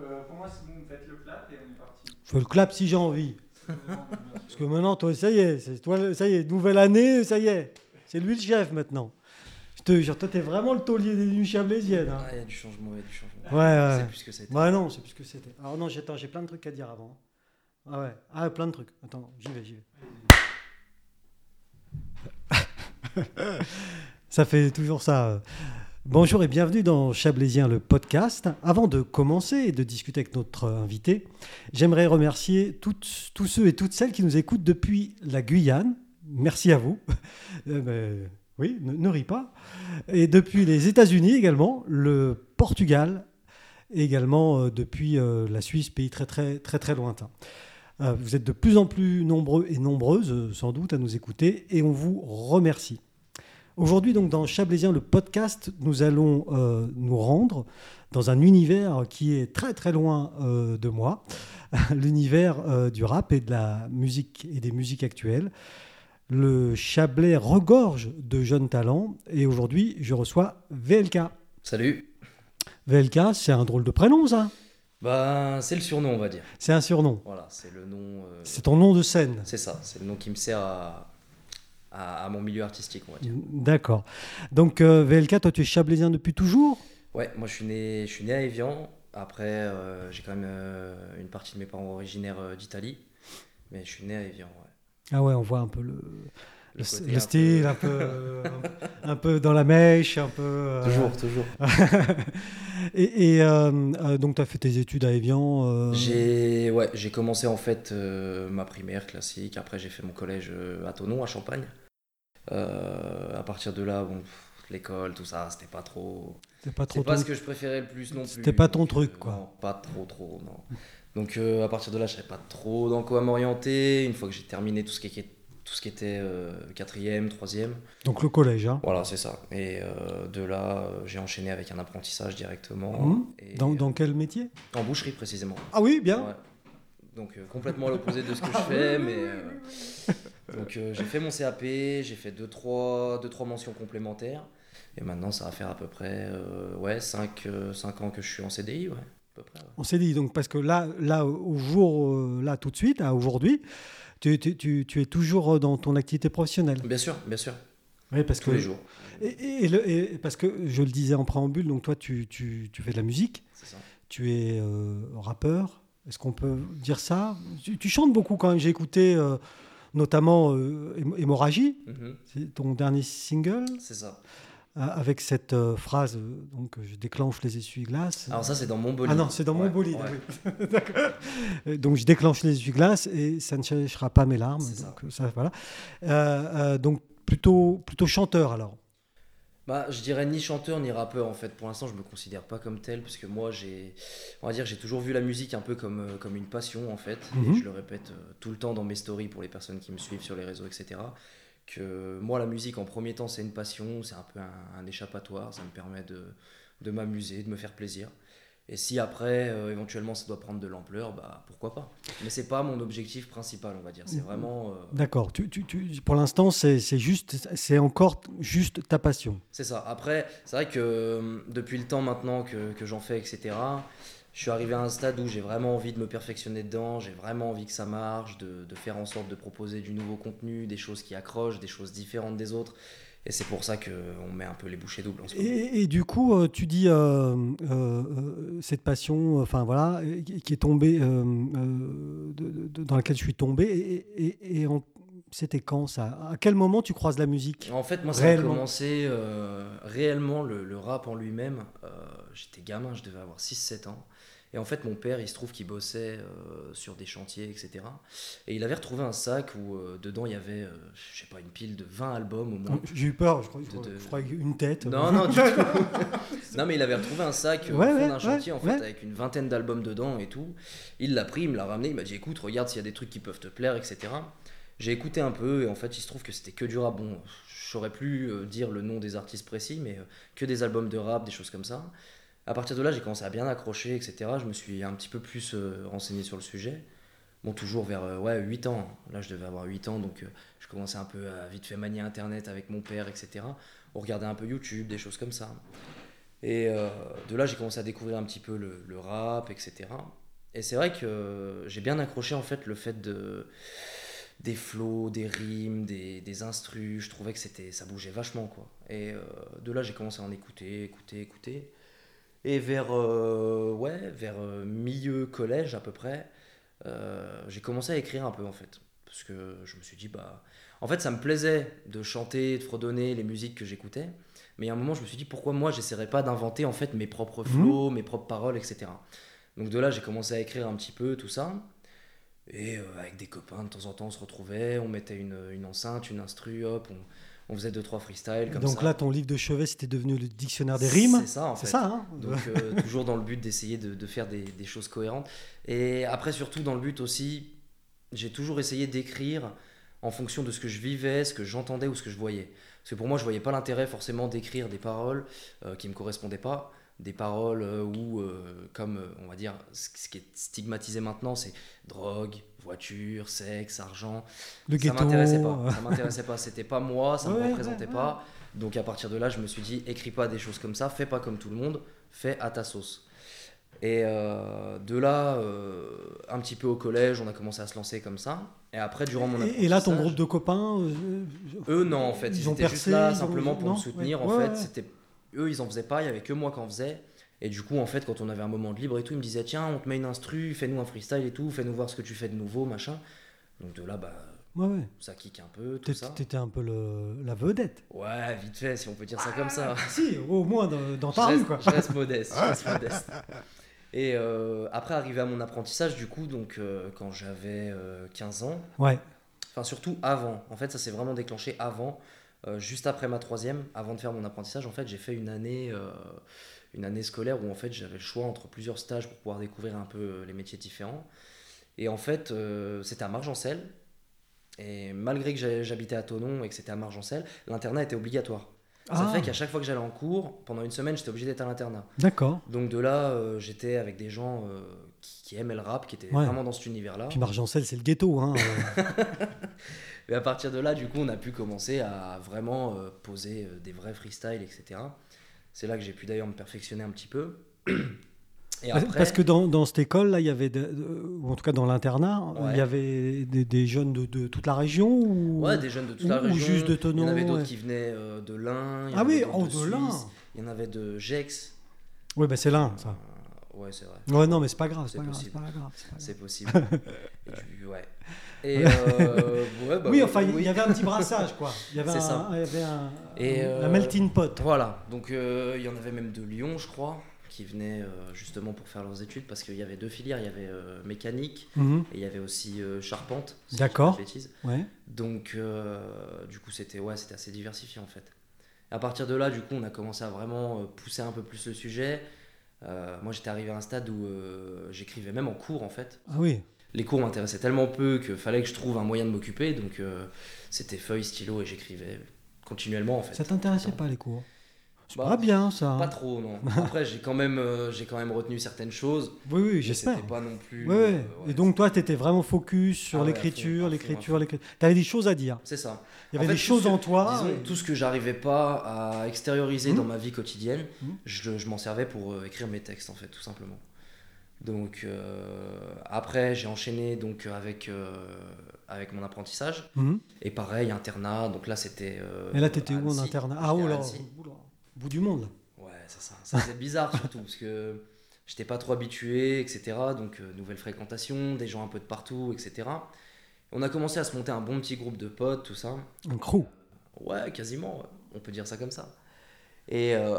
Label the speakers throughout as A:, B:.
A: euh, moi, c'est bon, faites le clap et on est parti.
B: Je fais le clap si j'ai envie.
A: Je vous demande, bien sûr.
B: Parce que maintenant, toi, ça y est, c'est toi, ça y est, nouvelle année, ça y est. C'est lui le chef maintenant. Je te jure, toi, t'es vraiment le taulier des nuits chablaisiennes. hein.
C: Ah, il y a du changement, il y a du changement.
B: Ouais, ouais.
C: C'est plus ce que c'était.
B: Ouais, Bah non, c'est plus ce que c'était. Alors non, j'ai- attends, j'ai plein de trucs à dire avant. Ah ouais, ah, plein de trucs. Attends, j'y vais, j'y vais. Ça fait toujours ça. euh. Bonjour et bienvenue dans Chablaisien, le podcast. Avant de commencer et de discuter avec notre euh, invité, j'aimerais remercier toutes- tous ceux et toutes celles qui nous écoutent depuis la Guyane. Merci à vous. Euh, ben, oui, ne, ne ris pas. Et depuis les États-Unis également, le Portugal, et également euh, depuis euh, la Suisse, pays très très très très lointain. Euh, vous êtes de plus en plus nombreux et nombreuses, euh, sans doute, à nous écouter et on vous remercie. Aujourd'hui, donc, dans Chablaisien, le podcast, nous allons euh, nous rendre dans un univers qui est très très loin euh, de moi, l'univers euh, du rap et de la musique et des musiques actuelles. Le Chablais regorge de jeunes talents et aujourd'hui, je reçois VLK.
C: Salut.
B: VLK, c'est un drôle de prénom, ça.
C: Bah, c'est le surnom, on va dire.
B: C'est un surnom.
C: Voilà, c'est le nom. euh,
B: C'est ton nom de scène.
C: C'est ça, c'est le nom qui me sert à, à, à mon milieu artistique, on va dire.
B: D'accord. Donc, euh, VLK, toi, tu es chablaisien depuis toujours
C: Ouais, moi je suis né, je suis né à Evian. Après, euh, j'ai quand même euh, une partie de mes parents originaires euh, d'Italie. Mais je suis né à Evian, ouais.
B: Ah ouais, on voit un peu le, le,
C: côté
B: le
C: un peu-
B: style, un peu, euh, un, peu dans la mèche, un peu. euh,
C: Toujours, toujours.
B: et et, euh, euh, donc, tu as fait tes études à Evian euh,
C: J'ai ouais, j'ai commencé en fait euh, ma primaire classique. Après, j'ai fait mon collège euh, à Tonon, à Champagne. Euh, à partir de là, bon, pff, l'école, tout ça, c'était pas trop.
B: C'est pas trop
C: C'est pas
B: ton-
C: ce que je préférais le plus non plus.
B: C'était pas ton
C: Donc, euh,
B: truc, quoi.
C: non, pas trop, trop, non. Donc euh, à partir de là, je savais pas trop dans quoi m'orienter. Une fois que j'ai terminé tout ce qui, est- tout ce qui était euh, quatrième, troisième,
B: Donc, le collège, hein.
C: voilà, c'est ça. Et euh, de là, euh, j'ai enchaîné avec un apprentissage directement.
B: Mhm.
C: Et,
B: Dans, dans quel métier
C: En boucherie précisément.
B: Ah oui, bien. Ah
C: Ouais. Donc euh, complètement à l'opposé de ce que je fais, mais euh, donc euh, j'ai fait mon CAP, j'ai fait 2 trois, deux, trois mentions complémentaires, et maintenant ça va faire à peu près euh, ouais 5 ans que je suis en CDI, ouais, à peu près. ouais.
B: On s'est dit, donc, parce que là, là au jour, euh, là, tout de suite, à aujourd'hui, tu, tu- tu- tu es toujours euh, dans ton activité professionnelle.
C: Bien sûr, bien sûr,
B: Oui, parce
C: tous les jours.
B: Et, et- et le- et- parce que je le disais en préambule, donc toi tu, tu- tu fais de la musique,
C: C'est ça.
B: tu es euh, rappeur, est-ce qu'on peut dire ça tu, tu chantes beaucoup quand même, j'ai écouté euh, notamment euh, Hémo- Hémorragie,
C: Mhm,
B: c'est ton dernier single,
C: c'est ça.
B: euh, avec cette euh, phrase, euh, donc je déclenche les essuie-glaces.
C: Alors ça c'est dans mon bolide.
B: Ah non, c'est dans mon
C: Ouais,
B: bolide.
C: ouais.
B: ah oui. D'accord. Euh, donc je déclenche les essuie-glaces et ça ne cherchera pas mes larmes.
C: C'est ça.
B: Donc, ça, voilà. Euh, euh, donc plutôt, plutôt chanteur alors.
C: Bah, je dirais ni chanteur ni rappeur en fait. Pour l'instant, je me considère pas comme tel parce que moi, j'ai, on va dire, j'ai toujours vu la musique un peu comme, euh, comme une passion en fait. Et
B: Mhm.
C: je le répète euh, tout le temps dans mes stories pour les personnes qui me suivent sur les réseaux, etc. Que moi, la musique en premier temps, c'est une passion, c'est un peu un, un échappatoire, ça me permet de, de m'amuser, de me faire plaisir. Et si après, euh, éventuellement, ça doit prendre de l'ampleur, bah pourquoi pas. Mais c'est pas mon objectif principal, on va dire. C'est vraiment, euh,
B: D'accord. Tu, tu- tu- pour l'instant, c'est c'est juste, c'est encore t- juste ta passion.
C: C'est ça. Après, c'est vrai que euh, depuis le temps maintenant que, que j'en fais, etc., je suis arrivé à un stade où j'ai vraiment envie de me perfectionner dedans, j'ai vraiment envie que ça marche, de, de faire en sorte de proposer du nouveau contenu, des choses qui accrochent, des choses différentes des autres. Et c'est pour ça qu'on met un peu les bouchées doubles en ce moment.
B: Et, et du coup, euh, tu dis euh, euh, euh, cette passion, enfin voilà, euh, qui qui est tombée, euh, euh, de- de- de- dans laquelle je suis tombé. Et, et- et en- c'était quand ça À quel moment tu croises la musique
C: En fait, moi, ça
B: Réellement.
C: a commencé euh, réellement le, le rap en lui-même. Euh, J'étais gamin, je devais avoir 6-7 ans. Et en fait, mon père, il se trouve qu'il bossait euh, sur des chantiers, etc. Et il avait retrouvé un sac où euh, dedans il y avait, euh, je sais pas, une pile de 20 albums au moins.
B: J'ai eu peur. Je crois, je
C: De-
B: crois-
C: de-
B: je croyais une tête.
C: Non, non, du tout. non, mais il avait retrouvé un sac euh, au
B: Ouais,
C: fond
B: ouais,
C: d'un chantier,
B: ouais,
C: en fait,
B: ouais.
C: avec une vingtaine d'albums dedans et tout. Il l'a pris, il me l'a ramené, il m'a dit écoute, regarde s'il y a des trucs qui peuvent te plaire, etc. J'ai écouté un peu, et en fait, il se trouve que c'était que du rap. Bon, je saurais plus euh, dire le nom des artistes précis, mais euh, que des albums de rap, des choses comme ça. À partir de là, j'ai commencé à bien accrocher, etc. Je me suis un petit peu plus euh, renseigné sur le sujet. Bon, toujours vers euh, ouais, 8 ans. Là, je devais avoir 8 ans, donc euh, je commençais un peu à vite fait manier Internet avec mon père, etc. On regardait un peu YouTube, des choses comme ça. Et euh, de là, j'ai commencé à découvrir un petit peu le, le rap, etc. Et c'est vrai que euh, j'ai bien accroché en fait le fait de des flots, des rimes, des, des instrus. Je trouvais que c'était ça bougeait vachement quoi. Et euh, de là j'ai commencé à en écouter, écouter, écouter. Et vers euh, ouais vers euh, milieu collège à peu près, euh, j'ai commencé à écrire un peu en fait parce que je me suis dit bah en fait ça me plaisait de chanter, de fredonner les musiques que j'écoutais. Mais à un moment, je me suis dit pourquoi moi, j'essaierais pas d'inventer en fait mes propres flots, mes propres paroles, etc. Donc de là, j'ai commencé à écrire un petit peu tout ça. Et euh, avec des copains, de temps en temps, on se retrouvait, on mettait une, une enceinte, une instru, hop, on, on faisait deux trois freestyles comme
B: Donc
C: ça.
B: là, ton livre de chevet, c'était devenu le dictionnaire des rimes.
C: C'est ça en
B: C'est
C: fait.
B: ça, hein
C: Donc euh, toujours dans le but d'essayer de, de faire des, des choses cohérentes. Et après surtout dans le but aussi, j'ai toujours essayé d'écrire en fonction de ce que je vivais, ce que j'entendais ou ce que je voyais. Parce que pour moi, je voyais pas l'intérêt forcément d'écrire des paroles euh, qui me correspondaient pas, des paroles euh, où, euh, comme euh, on va dire, ce ce qui est stigmatisé maintenant, c'est drogue, voiture, sexe, argent
B: Le
C: ça
B: ghetto.
C: m'intéressait pas ça m'intéressait pas c'était pas moi ça
B: Ouais,
C: me représentait
B: ouais, ouais.
C: pas donc à partir de là je me suis dit écris pas des choses comme ça fais pas comme tout le monde fais à ta sauce et euh, de là euh, un petit peu au collège on a commencé à se lancer comme ça et après durant mon
B: Et, et là, ton
C: apprentissage,
B: groupe de copains. euh, euh,
C: eux non en fait ils,
B: Ils ont
C: étaient juste
B: percé,
C: là
B: ils ont-
C: simplement pour
B: non,
C: me soutenir
B: ouais.
C: en
B: Ouais,
C: fait
B: ouais.
C: c'était eux ils en faisaient pas il y avait que moi qui en faisais et du coup en fait quand on avait un moment de libre et tout ils me disaient tiens on te met une instru fais-nous un freestyle et tout fais-nous voir ce que tu fais de nouveau machin donc de là bah
B: ouais, ouais.
C: ça kick un peu tout
B: T'é-
C: ça
B: T'étais un peu le- la vedette.
C: Ouais, vite fait, si on peut dire ça comme ça.
B: Si, au moins dans, dans
C: Je
B: ta rue,
C: reste,
B: quoi.
C: je reste modeste, je reste modeste. Et euh, après, arrivé à mon apprentissage, du coup, donc euh, quand j'avais euh, 15 ans,
B: Ouais.
C: enfin surtout avant, en fait, ça s'est vraiment déclenché avant, euh, juste après ma troisième, avant de faire mon apprentissage, en fait, j'ai fait une année, euh, une année scolaire où en fait j'avais le choix entre plusieurs stages pour pouvoir découvrir un peu euh, les métiers différents. Et en fait, euh, c'était à Margencel. Et malgré que j'ai- j'habitais à Tonon et que c'était à Margencel, l'internat était obligatoire. Ça
B: Ah,
C: fait qu'à chaque fois que j'allais en cours, pendant une semaine, j'étais obligé d'être à l'internat.
B: d'accord.
C: Donc de là, euh, j'étais avec des gens euh, qui, qui aimaient le rap, qui étaient
B: Ouais.
C: vraiment dans cet univers-là.
B: Puis Margencel, c'est le ghetto. Hein. euh.
C: Et à partir de là, du coup, on a pu commencer à vraiment euh, poser euh, des vrais freestyles, etc. C'est là que j'ai pu d'ailleurs me perfectionner un petit peu. Et
B: Parce-
C: après,
B: Parce que dans, dans cette école, là, il y avait, de- de- ou en tout cas dans l'internat,
C: Ouais.
B: il y avait des, des jeunes de, de toute la région ou...
C: ouais, des jeunes de toute
B: ou-
C: la
B: ou
C: région.
B: juste de
C: Il y en
B: Thonon,
C: avait d'autres
B: ouais.
C: qui venaient euh, de l'Ain. il y en
B: Ah
C: avait
B: oui,
C: d'autres
B: en de l'un.
C: Suisse, Il y en avait de Gex.
B: Oui, ben c'est l'un, ça.
C: Euh, ouais, c'est vrai.
B: Ouais, non, mais c'est pas grave, c'est
C: C'est
B: pas grave, c'est
C: possible.
B: pas grave. c'est pas grave.
C: C'est possible. Et du- ouais. Et euh, ouais, bah,
B: oui, enfin, il
C: oui.
B: y avait un petit brassage, quoi. Il y avait,
C: C'est
B: un,
C: ça.
B: il y avait un,
C: Et,
B: un- un
C: euh,
B: melting pot.
C: Voilà, donc euh, il y en avait même de Lyon, je crois, qui venaient euh, justement pour faire leurs études parce qu'il y avait deux filières, il y avait euh, mécanique
B: Mhm,
C: et il y avait aussi euh, charpente. si je dis
B: D'accord.
C: pas de bêtises.
B: ouais.
C: Donc euh, du coup c'était ouais, c'était assez diversifié en fait. À partir de là, du coup, on a commencé à vraiment euh, pousser un peu plus le sujet. Euh, moi, j'étais arrivé à un stade où euh, j'écrivais même en cours en fait.
B: Ah oui.
C: Les cours m'intéressaient tellement peu que fallait que je trouve un moyen de m'occuper, donc euh, c'était feuille, stylo et j'écrivais continuellement en fait.
B: Ça t'intéressait pas les cours C'est
C: Bah,
B: pas bien ça. hein.
C: Pas trop, non. Après, j'ai quand, même, euh, j'ai quand même retenu certaines choses.
B: Oui, oui,
C: mais
B: j'espère.
C: C'était pas non plus.
B: Ouais, ouais.
C: euh, ouais,
B: Et donc toi, tu étais vraiment focus sur
C: Ah ouais, à fond,
B: l'écriture,
C: à fond,
B: l'écriture, l'écriture. Tu avais des choses à dire.
C: C'est ça.
B: Il y
C: En
B: avait
C: fait,
B: des
C: tout
B: choses
C: ce-
B: en toi.
C: Disons,
B: et-
C: tout ce que j'arrivais pas à extérioriser
B: Mhm.
C: dans ma vie quotidienne,
B: Mhm.
C: je, je m'en servais pour euh, écrire mes textes, en fait, tout simplement. Donc, euh, après, j'ai enchaîné donc, avec, euh, avec mon apprentissage.
B: Mhm.
C: Et pareil, internat. Donc là, c'était. euh,
B: Et là, tu étais où en
C: Annecy.
B: internat
C: J'étais
B: Ah, oh
C: à
B: là,
C: Annecy.
B: oula, bout du monde. là.
C: Ouais, c'est ça. Ça faisait bizarre surtout parce que j'étais pas trop habitué, etc. Donc euh, nouvelle fréquentation, des gens un peu de partout, etc. On a commencé à se monter un bon petit groupe de potes, tout ça.
B: Un crew.
C: Ouais, quasiment. ouais. On peut dire ça comme ça. Et, euh,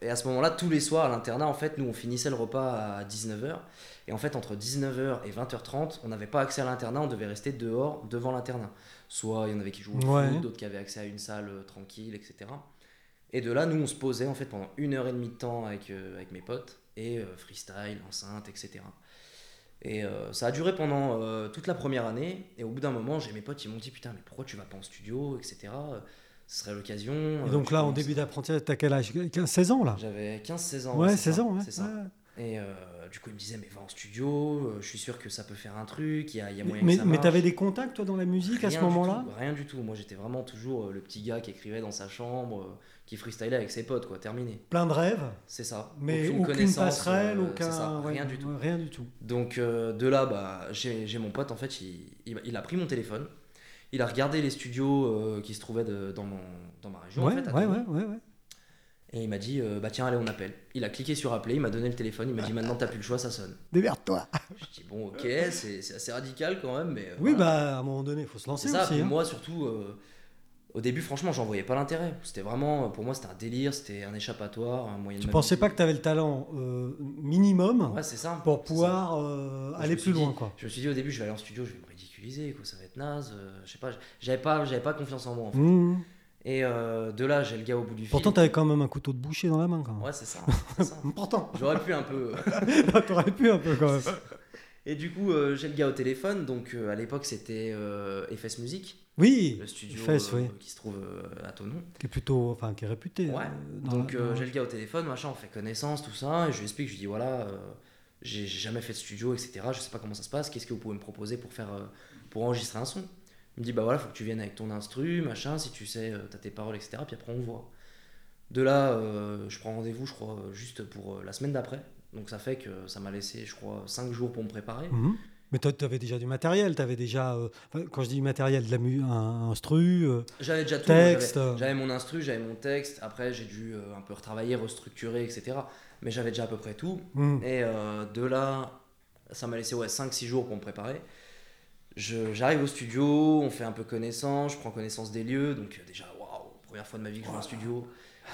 C: et à ce moment-là, tous les soirs à l'internat, en fait, nous, on finissait le repas à 19h. Et en fait, entre 19h et 20h30, on n'avait pas accès à l'internat, on devait rester dehors, devant l'internat. Soit il y en avait qui jouaient au
B: Ouais.
C: foot, d'autres qui avaient accès à une salle euh, tranquille, etc. Et de là, nous, on se posait, en fait, pendant une heure et demie de temps avec, euh, avec mes potes, et euh, freestyle, enceinte, etc. Et euh, ça a duré pendant euh, toute la première année. Et au bout d'un moment, j'ai mes potes, ils m'ont dit Putain, mais pourquoi tu vas pas en studio, etc. Euh, Ce serait l'occasion. euh,
B: Et donc là, en début d'apprentissage, t'as quel âge 15, 16 ans là
C: J'avais 15-16 ans.
B: Ouais,
C: c'est
B: 16
C: ça,
B: ans. ouais.
C: C'est ça.
B: Ouais.
C: Et euh, du coup, il me disait, mais va en studio, euh, je suis sûr que ça peut faire un truc, il y a, il y a moyen
B: Mais,
C: que ça
B: mais
C: marche.
B: t'avais des contacts, toi, dans la musique à ce
C: Rien du
B: moment-là
C: tout, Rien du tout. Moi, j'étais vraiment toujours euh, le petit gars qui écrivait dans sa chambre, euh, qui freestylait avec ses potes, quoi. Terminé.
B: Plein de rêves,
C: C'est ça.
B: mais aucune, passerelle,
C: euh,
B: aucun.
C: c'est ça,
B: ouais,
C: Rien du tout.
B: ouais, Rien du tout.
C: Donc euh, de là, bah, j'ai j'ai mon pote, en fait, il, il- il a pris mon téléphone, il a regardé les studios euh, qui se trouvaient de- dans, mon, dans ma région, en
B: Ouais,
C: fait, à
B: ouais,
C: Toulon.
B: ouais, ouais, ouais.
C: et il m'a dit, euh, bah tiens, allez, on appelle. Il a cliqué sur appeler, il m'a donné le téléphone, il m'a dit, maintenant, t'as plus le choix, ça sonne.
B: Démerde-toi
C: Je dis, bon, ok, c'est c'est assez radical quand même, mais... euh,
B: Oui,
C: voilà.
B: bah, à un moment donné, il faut se lancer
C: C'est ça,
B: aussi.
C: puis
B: hein.
C: moi surtout, euh, au début, franchement, j'en voyais pas l'intérêt. C'était vraiment, pour moi, c'était un délire, c'était un échappatoire, un moyen de.
B: Tu pensais pas que
C: m'amuser.
B: t'avais le talent euh, minimum
C: Ouais, c'est ça.
B: pour
C: c'est
B: pouvoir euh,
C: ça. Je
B: aller
C: me suis
B: plus loin,
C: dit-
B: quoi.
C: Je me suis dit au début, je vais aller en studio, je vais me ridiculiser, quoi, ça va être naze. euh, je sais pas, j'avais pas, j'avais pas confiance en moi. en fait.
B: Mmh.
C: Et euh, de là, j'ai le gars au bout du fil.
B: Pourtant, t'avais quand même un couteau de boucher dans la main, quand même.
C: Ouais, c'est ça. c'est ça.
B: Pourtant,
C: J'aurais pu un peu. euh,
B: t'aurais pu un peu quand même.
C: Et du coup, euh, j'ai le gars au téléphone. Donc euh, à l'époque, c'était euh, FS Music,
B: Oui,
C: le studio
B: FS,
C: euh,
B: oui.
C: qui se trouve euh, à Tonon.
B: qui est plutôt, enfin, qui est réputé.
C: Ouais,
B: euh, dans
C: Donc
B: la-
C: euh,
B: dans-
C: j'ai le gars au téléphone, machin, on fait connaissance, tout ça, et je lui explique, je lui dis voilà, euh, j'ai j'ai jamais fait de studio, etc. Je sais pas comment ça se passe, qu'est-ce que vous pouvez me proposer pour faire euh, pour enregistrer un son Il me dit bah voilà, faut que tu viennes avec ton instru, machin, si tu sais, euh, t'as tes paroles, etc. Puis après on voit. De là, euh, je prends rendez-vous, je crois, euh, juste pour euh, la semaine d'après. Donc ça fait que ça m'a laissé, je crois, 5 jours pour me préparer.
B: Mhm. Mais toi, t'avais déjà du matériel, t'avais déjà, euh, enfin, quand je dis matériel, de la mu- un instru. euh,
C: J'avais déjà tout.
B: Texte.
C: j'avais- J'avais mon instru, j'avais mon texte. Après, j'ai dû euh, un peu retravailler, restructurer, etc. Mais j'avais déjà à peu près tout.
B: mhm.
C: Et euh, de là, ça m'a laissé ouais, 5-6 jours pour me préparer. Je- J'arrive au studio, on fait un peu connaissance, je prends connaissance des lieux. Donc euh, déjà, waouh, première fois de ma vie que je vois un studio.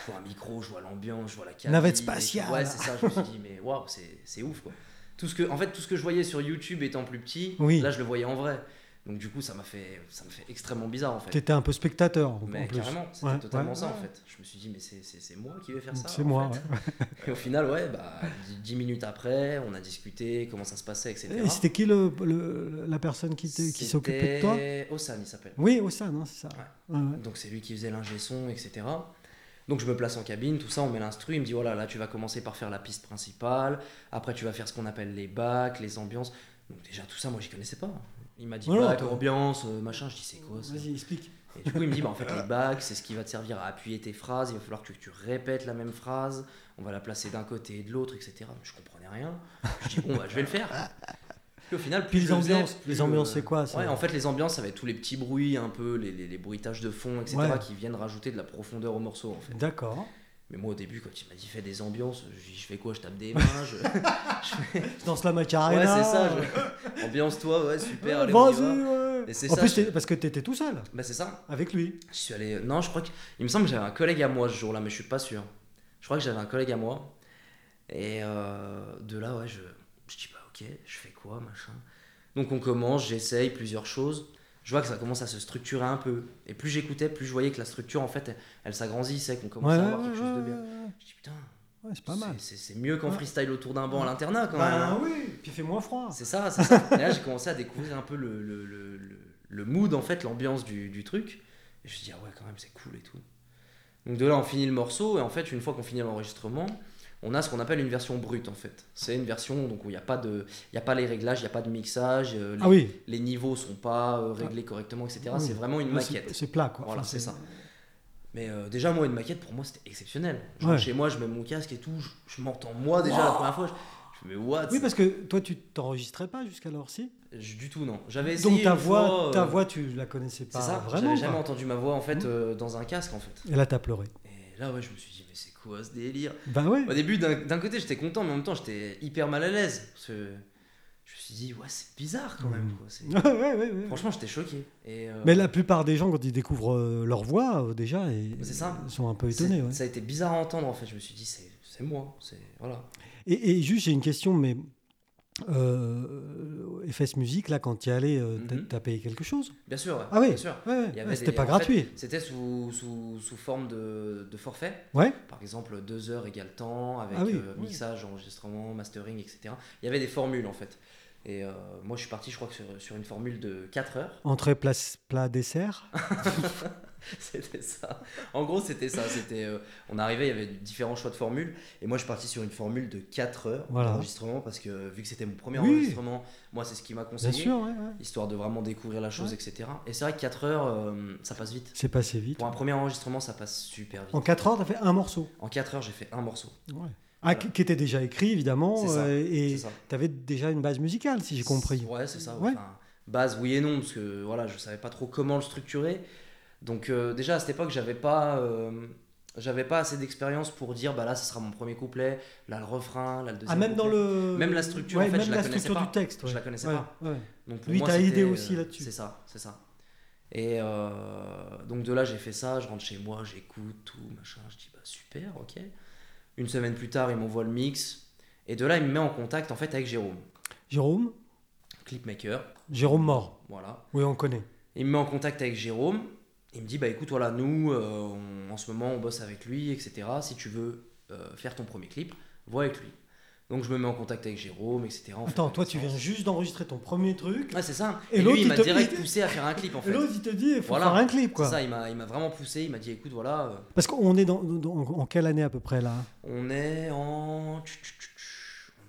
C: Je vois un micro, je vois l'ambiance, je vois la cabine.
B: Navette spatiale.
C: Ouais, c'est ça, je me suis dit, mais waouh, c'est c'est ouf quoi. Tout ce que, en fait, tout ce que je voyais sur YouTube étant plus petit,
B: Oui.
C: là je le voyais en vrai. Donc du coup, ça m'a fait, ça me fait extrêmement bizarre en fait.
B: T'étais un peu spectateur en, en
C: Mais
B: plus.
C: carrément, c'était
B: Ouais,
C: totalement
B: ouais.
C: ça en fait. Je me suis dit, mais c'est- c'est c'est moi qui vais faire ça.
B: C'est
C: en
B: moi.
C: fait.
B: ouais.
C: Et au final, ouais, bah, dix- dix minutes après, on a discuté, comment ça se passait, etc.
B: Et c'était qui le, le- la personne qui, t'est- qui s'occupait de toi
C: C'était Ossan, il s'appelle.
B: Oui, au sein, non, c'est ça. Ouais, ouais.
C: Donc c'est lui qui faisait l'ingé son, etc. Donc je me place en cabine, tout ça, on met l'instru, il me dit voilà, là tu vas commencer par faire la piste principale, après tu vas faire ce qu'on appelle les bacs, les ambiances. Donc déjà tout ça, moi j'y connaissais pas. Il m'a dit
B: Voilà,
C: bac,
B: toi.
C: ambiance, euh, machin, je dis c'est quoi ça
B: Vas-y, explique.
C: Et du coup, il me dit, bah, en fait, les bacs, c'est ce qui va te servir à appuyer tes phrases. Il va falloir que tu répètes la même phrase. On va la placer d'un côté et de l'autre, etc. Mais je comprenais rien. Je dis, bon, bah, je vais le faire. Puis au final, plus
B: Puis les
C: je le faisais,
B: ambiances,
C: plus,
B: les ambiances,
C: euh,
B: c'est quoi ça
C: Ouais, en fait, les ambiances, ça va être tous les petits bruits, un peu, les, les- les bruitages de fond, etc.,
B: Ouais.
C: qui viennent rajouter de la profondeur au morceau, en fait.
B: D'accord.
C: Mais moi, au début, quand il m'a dit, fais des ambiances, je dis, je fais quoi Je tape des mains je-
B: Je danse la
C: Ouais,
B: Macarena.
C: c'est ça. je- Ambiance-toi, ouais, super, allez, on y
B: Vas-y,
C: va.
B: ouais.
C: Et c'est
B: En
C: ça,
B: plus,
C: je-
B: t'es- parce que t'étais tout seul
C: Bah, c'est ça.
B: avec lui.
C: Je suis allé. Non, je crois que. Il me semble que j'avais un collègue à moi ce jour-là, mais je suis pas sûr. Je crois que j'avais un collègue à moi. Et euh, de là, ouais, je. Je dis, bah ok, je fais quoi, machin. Donc on commence, j'essaye plusieurs choses. Je vois que ça commence à se structurer un peu. Et plus j'écoutais, plus je voyais que la structure, en fait, elle, elle s'agrandissait, qu'on commençait à avoir quelque chose de bien.
B: ouais,
C: Je dis, putain,
B: ouais, c'est pas mal.
C: c'est- c'est c'est mieux qu'en
B: Ouais.
C: freestyle autour d'un banc à l'internat quand même.
B: Bah
C: hein.
B: oui, puis il fait moins froid.
C: C'est ça, c'est ça. Et là, j'ai commencé à découvrir un peu le, le, le- le- le mood, en fait, l'ambiance du, du truc. Et je me suis dit, ah ouais, quand même, c'est cool et tout. Donc de là, on finit le morceau, et en fait, une fois qu'on finit l'enregistrement, on a ce qu'on appelle une version brute, en fait. C'est une version donc, où il n'y a, pas de- il y a pas les réglages, il n'y a pas de mixage, euh, les,
B: Ah oui, Ah
C: les niveaux sont pas euh, réglés correctement, etc.
B: Oui.
C: C'est vraiment une
B: Ouais, c'est-
C: maquette.
B: C'est plat, quoi.
C: Voilà,
B: Enfin,
C: c'est ça. Mais euh, déjà, moi, une maquette, pour moi, c'était exceptionnel. Je
B: Ouais.
C: rentre Chez moi, je mets mon casque et tout, je, je m'entends moi déjà la première fois. Je, je me dis, mais what
B: Oui, parce que toi, tu t'enregistrais pas jusqu'alors, si
C: Je- Du tout, non. J'avais essayé
B: Donc ta
C: une
B: voix,
C: fois, euh,
B: ta voix, tu la connaissais pas
C: c'est ça.
B: vraiment.
C: J'avais jamais
B: quoi.
C: entendu ma voix en fait
B: Mhm.
C: euh, dans un casque en fait.
B: Et là, t'as pleuré.
C: Et là ouais, je me suis dit mais c'est quoi ce délire
B: Bah ouais.
C: Au début d'un d'un côté j'étais content mais en même temps j'étais hyper mal à l'aise. Parce que je me suis dit ouais c'est bizarre quand même.
B: Mhm.
C: quoi. C'est-
B: Ouais, ouais, ouais, ouais.
C: Franchement j'étais choqué. Et, euh,
B: Mais la plupart des gens, quand ils découvrent euh, leur voix, euh, déjà, et-
C: C'est ça.
B: ils sont un peu
C: c'est-
B: étonnés. ouais.
C: Ça a été bizarre à entendre en fait. Je me suis dit c'est c'est moi. C'est voilà.
B: Et, et juste, j'ai une question, mais euh, FS Musique, là, quand tu es allé, euh, t'as-
C: Mhm.
B: t'as payé quelque chose
C: Bien sûr. ouais,
B: Ah oui,
C: Bien sûr.
B: Ouais, ouais,
C: Il y avait
B: ouais, c'était
C: des-
B: pas
C: en fait,
B: gratuit.
C: C'était sous, sous, sous forme de, de forfait.
B: Ouais.
C: Par exemple, deux heures égale temps, avec
B: Ah oui,
C: euh,
B: oui.
C: mixage, enregistrement, mastering, etc. Il y avait des formules en fait. Et euh, moi, je suis parti, je crois que sur, sur une formule de 4 heures.
B: Entrée, place, plat, dessert.
C: c'était ça. En gros, c'était ça. C'était, euh, on arrivait, il y avait différents choix de formules. Et moi, je suis parti sur une formule de 4 heures
B: Voilà.
C: d'enregistrement parce que vu que c'était mon premier
B: Oui.
C: enregistrement, moi, c'est ce qui m'a
B: Bien
C: conseillé.
B: sûr, ouais, ouais.
C: Histoire de vraiment découvrir la chose,
B: Ouais.
C: etc. Et c'est vrai que 4 heures, euh, ça passe vite.
B: C'est passé vite.
C: Pour un premier enregistrement, ça passe super vite.
B: En 4 heures, t'as fait un morceau.
C: En 4 heures, j'ai fait un morceau.
B: Ah,
C: Voilà.
B: qui qui était déjà écrit, évidemment.
C: C'est ça,
B: euh,
C: C'est
B: et
C: ça.
B: t'avais déjà une base musicale, si j'ai compris.
C: Ouais, c'est ça.
B: Ouais.
C: Enfin, base, oui et non, parce que voilà, je savais pas trop comment le structurer. Donc euh, déjà à cette époque, j'avais pas, euh, j'avais pas assez d'expérience pour dire bah là, ce sera mon premier couplet, là le refrain, là le deuxième.
B: Ah, même dans
C: couplet.
B: le.
C: Même la structure,
B: Ouais,
C: en fait,
B: même
C: je la
B: la
C: connaissais
B: structure
C: pas.
B: du texte.
C: Je
B: ouais.
C: la connaissais
B: Ouais,
C: pas.
B: ouais.
C: Donc pour
B: Lui
C: moi,
B: t'a
C: c'était,
B: aidé
C: euh,
B: aussi là-dessus.
C: C'est ça, c'est ça. Et euh, donc de là, j'ai fait ça, je rentre chez moi, j'écoute tout, machin. Je dis bah super, ok. Une semaine plus tard, il m'envoie le mix. Et de là, il me met en contact en fait avec Jérôme,
B: Jérôme
C: clipmaker.
B: Jérôme Mort.
C: Voilà.
B: Oui, on connaît.
C: Il me met en contact avec Jérôme. Il me dit bah écoute voilà nous euh, on- en ce moment on bosse avec lui etc. Si tu veux euh, faire ton premier clip, vois avec lui. Donc je me mets en contact avec Jérôme etc. on fait
B: Attends, toi, tu viens
C: connaissance.
B: juste d'enregistrer ton premier truc.
C: Ouais c'est ça.
B: Et
C: Et,
B: l'autre,
C: lui il
B: il
C: m'a
B: te-
C: direct
B: il-
C: poussé à faire un clip en
B: Et
C: fait.
B: L'autre, il te dit, il faut
C: Voilà.
B: faire un clip,
C: C'est
B: quoi.
C: ça il m'a il m'a vraiment poussé. Il m'a dit écoute voilà euh,
B: Parce qu'on est dans, dans- en quelle année à peu près là
C: on est en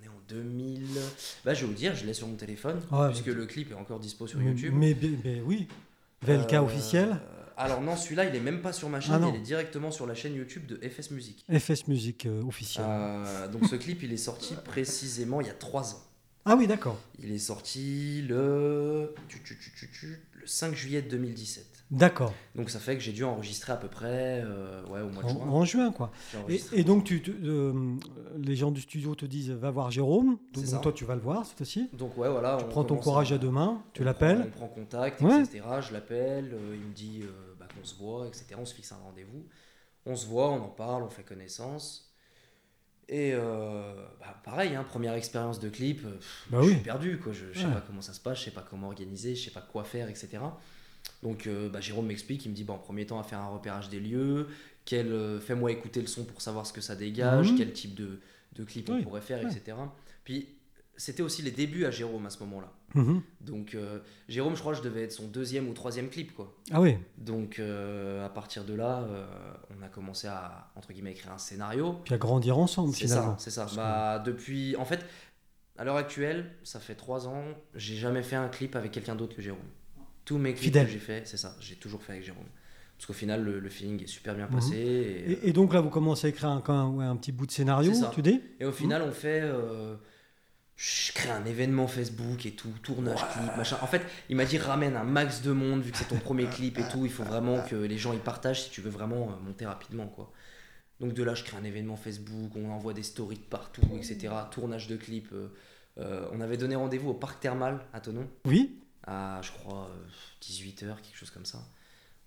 C: on est en 2000. Bah je vais vous dire je l'ai sur mon téléphone
B: Ouais,
C: puisque
B: mais-
C: le clip est encore dispo sur
B: Mais-
C: YouTube.
B: Mais, mais- mais oui. VLK
C: Euh,
B: officiel,
C: Alors non, celui-là, il est même pas sur ma chaîne,
B: Ah non.
C: il est directement sur la chaîne YouTube de FS Music.
B: FS Musique euh, officiel.
C: Euh, donc ce clip, il est sorti précisément il y a 3 ans.
B: Ah oui, d'accord.
C: Il est sorti le tu, tu, tu, tu, tu, le 5 juillet 2017.
B: D'accord.
C: Donc ça fait que j'ai dû enregistrer à peu près euh, ouais, au mois
B: En,
C: de juin.
B: en juin, quoi.
C: J'ai
B: Et,
C: enregistré.
B: et donc, tu, tu- euh, les gens du studio te disent va voir Jérôme.
C: C'est
B: Donc,
C: ça. Euh,
B: toi, tu vas le voir cette fois-ci.
C: Donc ouais, voilà.
B: Tu
C: on
B: prends ton
C: commence
B: courage à deux mains, tu
C: on
B: l'appelles.
C: prend- On prend contact,
B: Ouais.
C: etc. Je l'appelle, euh, il me dit euh, bah, qu'on se voit, etc. On se fixe un rendez-vous. On se voit, on en parle, on fait connaissance. Et euh, bah, pareil, hein, première expérience de clip, euh, pff,
B: Bah
C: je
B: oui.
C: suis perdu, quoi. je ne sais
B: Ouais.
C: pas comment ça se passe, je sais pas comment organiser, je sais pas quoi faire, etc. Donc euh, bah, Jérôme m'explique, il me dit bah, en premier temps à faire un repérage des lieux, quel, euh, fais-moi écouter le son pour savoir ce que ça dégage,
B: Mhm.
C: quel type de, de clip
B: Oui,
C: on pourrait faire,
B: ouais.
C: etc. Puis c'était aussi les débuts à Jérôme à ce moment-là.
B: Mhm.
C: Donc euh, Jérôme, je crois que je devais être son deuxième ou troisième clip, quoi.
B: Ah oui.
C: Donc euh, à partir de là, euh, on a commencé à entre guillemets écrire un scénario.
B: Puis à grandir ensemble,
C: C'est ça,
B: finalement.
C: c'est ça.
B: Parce que-
C: Bah depuis, en fait, à l'heure actuelle, ça fait trois ans, j'ai jamais fait un clip avec quelqu'un d'autre que Jérôme. Tous mes clips
B: Fidèle.
C: que j'ai fait, c'est ça, j'ai toujours fait avec Jérôme. Parce qu'au final, le, le feeling est super bien
B: Mhm.
C: passé. et, euh,
B: Et, et donc là, vous commencez à écrire un, quand même, ouais, un petit bout de scénario,
C: C'est ça.
B: tu dis
C: Et au final, on fait. euh, je crée un événement Facebook et tout, tournage clip, machin. En fait, il m'a dit ramène un max de monde vu que c'est ton premier clip et tout. Il faut vraiment que les gens y partagent si tu veux vraiment euh, monter rapidement, quoi. Donc de là, je crée un événement Facebook, on envoie des stories de partout, etc. Tournage de clip. euh, euh, on avait donné rendez-vous au parc thermal à Tonon
B: Oui.
C: à, je crois, 18h, quelque chose comme ça.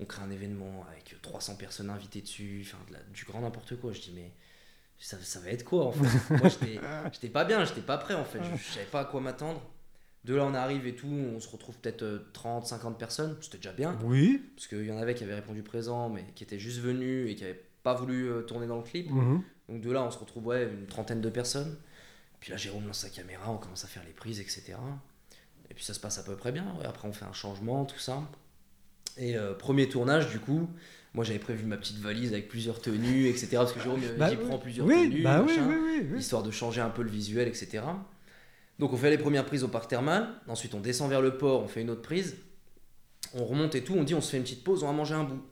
C: On crée un événement avec 300 personnes invitées dessus, enfin, de la- du grand n'importe quoi. Je dis, mais ça, ça va être quoi en fait Moi, j'étais- j'étais pas bien, j'étais pas prêt en fait, je, je savais pas à quoi m'attendre. De là, on arrive et tout, on se retrouve peut-être euh, 30, 50 personnes, c'était déjà bien,
B: Oui.
C: parce qu'il y en avait qui avaient répondu présent, mais qui étaient juste venus et qui avaient pas voulu euh, tourner dans le clip.
B: Mhm.
C: Donc de là, on se retrouve ouais, une trentaine de personnes. Puis là, Jérôme lance sa caméra, on commence à faire les prises, etc. Et puis ça se passe à peu près bien. ouais. Après, on fait un changement, tout ça. Et euh, premier tournage, du coup, moi j'avais prévu ma petite valise avec plusieurs tenues, etc. Parce que Jérôme il
B: Bah
C: dit
B: oui.
C: prend plusieurs
B: oui,
C: tenues,
B: bah oui,
C: machin,
B: oui, oui, oui.
C: histoire de changer un peu le visuel, etc. Donc on fait les premières prises au parc thermal. Ensuite, on descend vers le port, on fait une autre prise. On remonte et tout, on dit on se fait une petite pause, on va manger un bout.